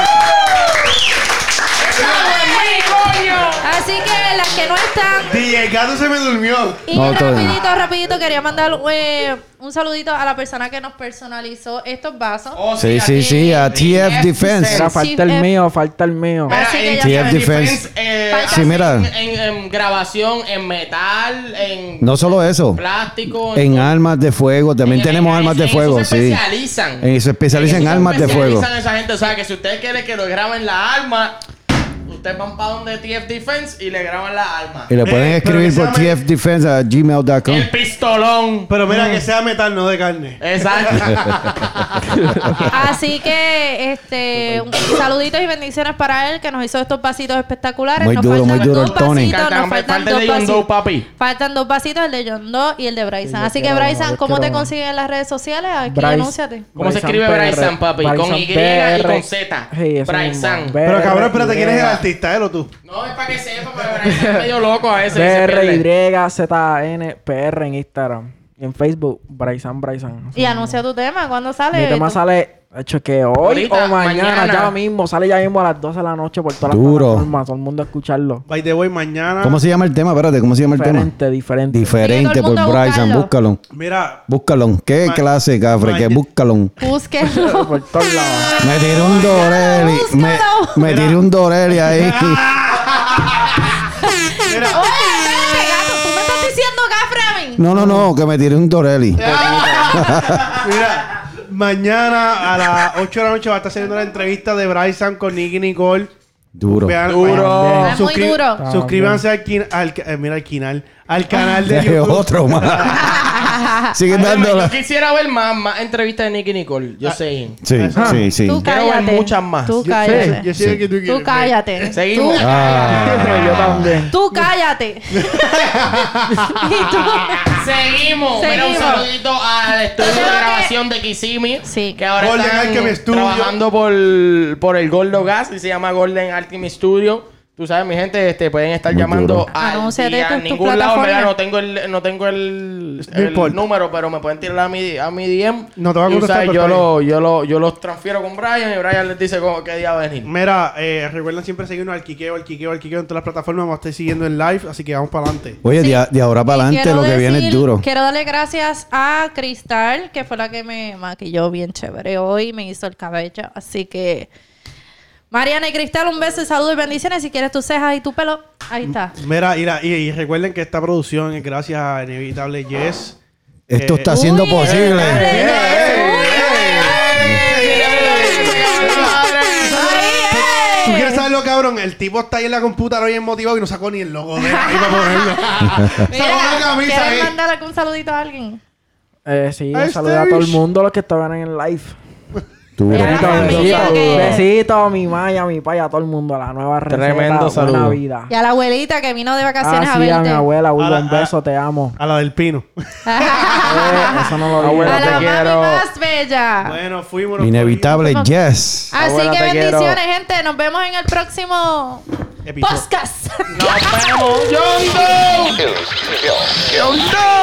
C: Así que las que no están
B: DJ el gato se me durmió.
C: Y
D: No, todo bien.
C: rapidito, rapidito, quería mandar eh, un saludito a la persona que nos personalizó estos vasos.
A: Oh,
D: Sí, sí, sí, a TF Defense.
F: Era falta
C: Sí, eh.
F: el mío, falta el mío.
C: Pero- Así que ya
D: TF
C: saben.
D: Defense.
G: Eh,
D: Sí, mira,
G: en, en grabación, en metal, en
D: no solo eso,
G: plástico.
D: en armas de fuego, también
G: en-
D: tenemos
G: en-
D: armas de
G: en eso
D: fuego,
G: se
D: sí.
G: especializan.
D: En eso especializan en
G: eso se
D: armas de fuego.
G: especializan esa gente, o sea, que si usted quiere que lo graben la arma, ustedes van para donde TF Defense y le graban la arma.
D: Y le pueden
B: Eh, pero
D: escribir
B: que
D: por
B: se llame-
D: tfdefense a gmail.com.
G: El pistolón.
B: Pero mira, que sea metal, no de
D: Eh,
B: carne.
G: Exacto.
C: Así que, este, un- saluditos y bendiciones para él que nos hizo estos vasitos espectaculares.
D: Muy
C: nos
D: duro,
C: faltan
D: muy duro
C: dos
D: el Tony.
C: vasitos,
G: Falta-
C: nos faltan
G: falta el
C: dos
G: de John
C: vasitos.
G: Doe, papi.
C: Faltan dos vasitos, el de John Doe y el de Bryson.
F: yo
C: Así que,
F: quiero uno,
C: Bryson,
F: yo
C: ¿cómo
F: quiero
C: te
F: uno.
C: consiguen en las redes sociales? Aquí,
F: Bryce-
C: anúnciate.
G: ¿Ómo se escribe
F: PR,
G: Bryson, papi? Con Y y
F: PR.
G: con Z.
F: Sí, ese
G: Bryson.
F: mismo.
B: Pero
D: eh,
F: BR,
B: cabrón, espérate, ¿quién es el
F: Y,
B: artista, él o tú?
G: No, es para que sepa, porque está medio loco a veces. se
F: BR,
G: pierde.
F: Y, Z, N, PR en Instagram. Y en Facebook, Bryson, Bryson.
C: Y anuncia tu tema, ¿cuándo sale?
F: Mi tema
C: Tú-
F: sale, hecho que hoy
G: Ahorita,
F: o mañana,
G: mañana.
F: ya mismo, sale ya mismo a las 12 de la noche por todas
D: Duro.
F: las plataformas, todo el mundo a escucharlo.
B: By the way, mañana.
D: ¿Cómo se llama el tema? Espérate, ¿cómo se llama el tema?
F: Diferente, diferente.
C: Sí,
D: Diferente
C: todo el
D: por
C: mundo a
D: Bryson,
C: buscarlo.
D: búscalo.
B: Mira,
D: Búscalo. ¿Qué
B: Ma-
D: clase, cafre? ¿Qué
B: Maña-
D: búscalo?
C: Búsquenlo.
F: por todos lados.
D: Me tiré un Dorelli. Me,
C: búscalo.
D: me tiré un Dorelli ahí.
A: Pues
C: Oye, espérate, gato, tú me estás diciendo gafre a mí.
D: No, no, no, que me tiré un Dorelli.
B: mira. mañana a las 8 de la noche va a estar saliendo la entrevista de Bryson con Nicky Nicole.
D: Duro.
B: Vean-
F: Duro.
C: Es muy
B: Suscri-
C: duro.
D: Ah,
B: Suscríbanse al, quin- al ca- eh, mira, al canal, al canal de
D: Es
B: YouTube.
D: otro más. Siguen
A: Además,
D: dándola.
A: Yo quisiera ver más, más entrevistas de Nicky Nicole.
G: Ah.
A: Yo sé.
D: Sí, sí, sí.
C: Tú
A: Quiero ver
C: cállate.
A: muchas más.
C: Tú
A: Yo-
C: cállate.
B: Yo sé que tú quieres. pues.
C: Tú cállate.
A: Seguimos.
C: Tú-
D: Ah.
F: Yo también.
C: Tú cállate. y tú.
G: Seguimos. Mira, un
C: Seguimos.
G: saludito al estudio de grabación de Kissimmee.
C: Sí.
G: Que ahora
B: Golden
G: están
B: Alchemy Studio.
G: trabajando por, por el Gordo Gas y se llama Golden Alchemy Studio. Tú sabes, mi gente, este, pueden estar
D: Muy
G: llamando
D: duro.
G: a,
C: Anuncia de tus- tus
G: ningún lado. En verdad,
C: plataformas.
G: no tengo el, no tengo el,
B: No
G: el
B: importa.
G: número, pero me pueden tirar a mi, a mi DM.
B: No te va a
G: Y,
B: contestar,
G: ¿sabes?
B: pero
G: yo,
B: está
G: lo, yo, lo, yo los transfiero con Brian y Brian les dice cómo- qué día va a venir.
B: Mira, eh, recuerden siempre seguirnos al quiqueo, al quiqueo, al quiqueo en todas las plataformas. Vamos a estar siguiendo en live, así que vamos para adelante.
D: Oye, de, a- de ahora para adelante
C: Quiero
D: lo que viene es
C: decir-
D: duro.
C: Quiero darle gracias a Cristal, que fue la que me maquilló bien chévere hoy, me hizo el cabello. Así que, Mariana y Cristal, un beso y saludos y bendiciones. Si quieres tus cejas y tu pelo, ahí está.
B: Mira, y, la- y- y recuerden que esta producción es gracias a Inevitable Yes.
D: Esto
B: Eh,
D: está siendo
C: Uy,
D: posible.
C: dale,
B: ¡Eh, ¿Tú quieres
C: eh.
B: saber lo cabrón? El tipo está ahí en la computadora bien motivado y no sacó ni el logo de él ahí para ponerlo.
C: Mira,
B: Sacó la camisa ahí.
C: ¿Quieres mandar algún saludito a alguien?
F: Eh, sí,
B: Ahí
F: saludé a
B: está,
F: todo el
B: bicho.
F: mundo los que estaban en el live.
D: Duro.
C: Mira,
F: Besitos,
C: amigo,
F: besitos.
C: que-
F: Besitos a mi maya, a mi paya, a todo el mundo. a La nueva receta.
A: Tremendo
F: buena
A: saludo.
F: vida.
C: Y a la abuelita que vino de
F: Ah,
C: vacaciones a
F: sí, a mi
C: verte.
F: abuela. Hugo,
B: A la-
F: un beso, te amo.
B: A la del pino.
F: Eh, eso no lo digo.
C: a la
A: te
C: mami
A: quiero.
C: más bella.
B: Bueno, fuimos. nos
D: Inevitable, yes.
C: Así
A: Abuela,
C: que
A: te quiero.
C: bendiciones, gente. Nos vemos en el próximo
B: fuimos. Episodio.
C: podcast.
G: ¡Nos vemos! ¡John Doe! ¡John Doe!